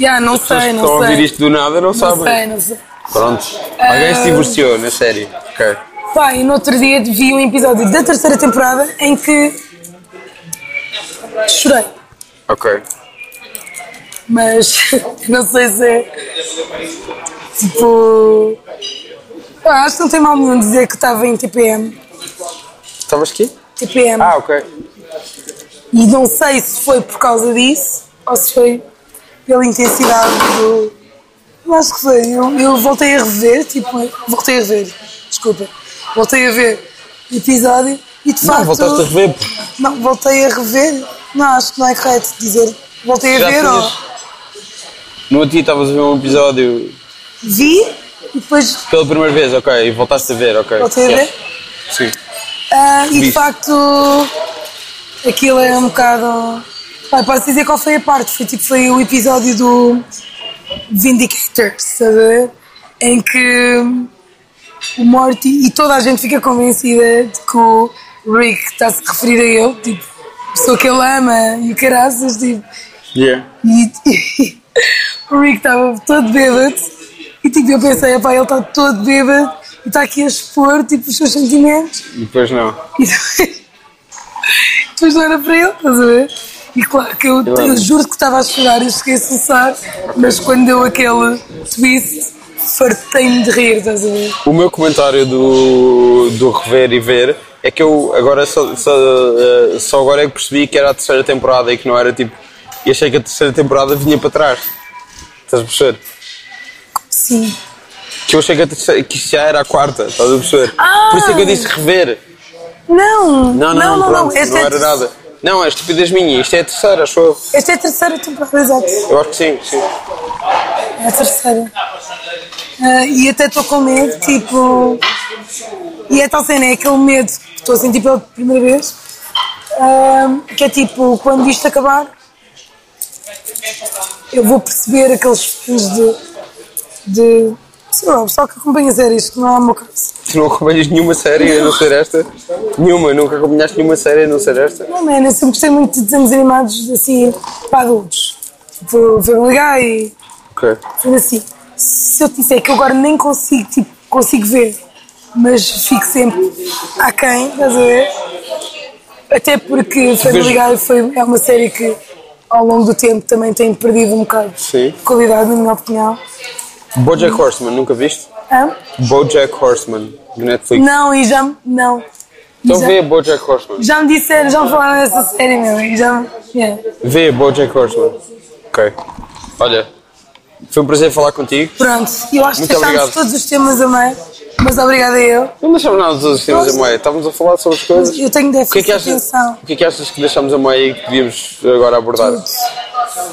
S3: Yeah, não
S2: As pessoas que
S3: sei,
S2: estão a
S3: não
S2: ouvir
S3: sei.
S2: isto do nada não,
S3: Não
S2: sabem.
S3: sei, não sei.
S2: Pronto, alguém se divorciou, na série. Ok.
S3: Pá, e no outro dia vi um episódio da terceira temporada em que. chorei.
S2: Ok.
S3: mas não sei se é. Tipo. Ah, acho que não tem mal nenhum dizer que estava em TPM.
S2: Estavas aqui?
S3: TPM.
S2: Ah, ok.
S3: E não sei se foi por causa disso ou se foi pela intensidade do. Eu acho que foi. Eu, eu voltei a rever, tipo. Voltei a rever, desculpa. Voltei a ver o episódio e de
S2: Não,
S3: facto.
S2: voltaste a rever. pô.
S3: Não, voltei a rever. Não, acho que não é correto dizer. Voltei a
S2: Já
S3: ver ou.
S2: tinhas- No outro dia estavas a ver um episódio
S3: Vi e depois
S2: pela primeira vez, ok, e voltaste a ver, ok.
S3: Voltei a ver?
S2: Sim.
S3: Ah, e de
S2: Visto.
S3: facto, aquilo é um bocado. Pá, posso dizer qual foi a parte? Foi, tipo, foi o episódio do Vindicator, estás a ver? Em que o Morty e toda a gente fica convencida de que o Rick está-se a referir a ele, tipo, pessoa que ele ama e o caraças, tipo.
S2: Yeah.
S3: E, e o Rick estava todo bêbado. E tipo, eu pensei, pá, ele está todo bêbado e está aqui a expor tipo, os seus sentimentos.
S2: Depois não.
S3: E depois, depois não era para ele, estás a ver? E claro que eu, eu juro que estava a chorar, eu cheguei a soluçar, mas quando deu aquele twist, fartei-me de rir, estás a ver?
S2: O meu comentário do, do rever e ver é que eu agora só, só, eh, só agora é que percebi que era a terceira temporada e que não era tipo. E achei que a terceira temporada vinha para trás. Estás a perceber?
S3: Sim.
S2: Que eu achei que, a terceira, que isto já era a quarta, estás a perceber? Por isso é que eu disse rever.
S3: Não!
S2: Não, não, não, pronto, não,
S3: Esta, é, a
S2: era
S3: ter-
S2: nada. Não, é estupidez minha, isto é a terceira, acho eu.
S3: esta é a terceira temporada, exato.
S2: Eu acho que sim, sim.
S3: É a terceira. Ah, e até estou com medo, tipo. E é tal cena, é aquele medo que estou a sentir pela primeira vez, ah, que é tipo, quando isto acabar, eu vou perceber aqueles fins de. de sei lá, o pessoal que acompanha séries, que não é o meu caso.
S2: Tu não acompanhas nenhuma série a não ser esta? Nenhuma, nunca acompanhaste nenhuma série a não ser esta?
S3: Não, man, eu sempre Tipo, gostei muito de desenhos animados assim, para adultos. Vou, vou ligar um e.
S2: Ok.
S3: Sendo assim, se eu te disser que eu agora nem consigo, tipo, consigo ver, mas fico sempre aquém, estás a ver? Até porque Family Guy foi, é uma série que ao longo do tempo também tem perdido um bocado
S2: Sim.
S3: de qualidade, na minha opinião.
S2: Bojack Horseman, nunca viste?
S3: Hã?
S2: Bojack Horseman, do Netflix.
S3: Não, e já me. Não. E
S2: Então
S3: já,
S2: vê Bojack Horseman.
S3: já me disseram, já me falaram dessa série, meu. E já me. é. yeah.
S2: Vê Bojack Horseman. Ok. Olha, foi um prazer falar contigo.
S3: Pronto, eu acho
S2: Muito
S3: que deixámos
S2: obrigado.
S3: todos os temas a meio, mas obrigada a eu.
S2: Não deixámos nada dos outros temas a meio. Estávamos a falar sobre as coisas.
S3: Eu tenho
S2: O que, é
S3: déficit
S2: que
S3: de
S2: achas,
S3: atenção.
S2: o que é que achas que deixámos a meio e que devíamos agora abordar?
S3: Tudo.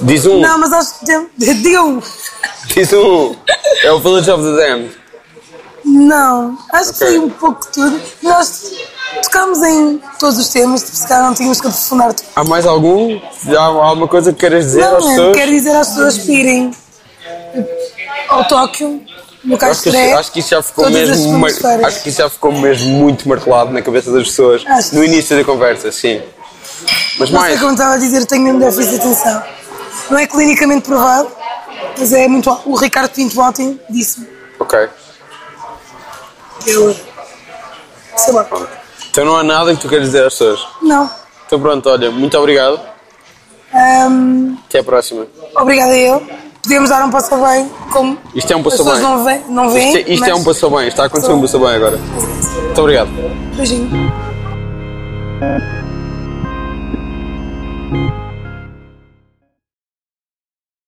S2: Diz um,
S3: Não, mas acho que tem- diga um.
S2: diz um. É o Village of the Damned.
S3: Não, acho que
S2: Ok.
S3: foi um pouco de tudo. Nós tocámos em todos os temas, tipo, se calhar não tínhamos que aprofundar tudo.
S2: Há mais algum? Há há alguma coisa que queiras dizer às
S3: Não, eu
S2: pessoas?
S3: quero dizer às pessoas que irem ao Tóquio, no
S2: Acho que,
S3: Castro
S2: isso- acho que isso já ficou
S3: todas as
S2: mesmo mar-
S3: segundas-feiras.
S2: acho que isso já ficou mesmo muito martelado na cabeça das pessoas
S3: Acho que
S2: no
S3: sim.
S2: início da conversa, sim. Mas
S3: Não sei
S2: é mais,
S3: como estava a dizer, eu tenho mesmo déficit de atenção. Não é clinicamente provado, mas é muito. O Ricardo Pinto ontem disse-me.
S2: ok.
S3: Eu. Sei lá.
S2: Então não há nada que tu queiras dizer às pessoas.
S3: Não.
S2: Então pronto, olha, muito obrigado.
S3: Ahm,
S2: Até à próxima.
S3: hum, obrigada a eu. Podemos dar um passo bem, como
S2: Isto é um
S3: as
S2: passou
S3: pessoas
S2: bem.
S3: não veem. Não veem
S2: Isto, é, isto é um
S3: mas-
S2: passou bem, está a acontecer um passou bem agora. Muito obrigado.
S3: Beijinho.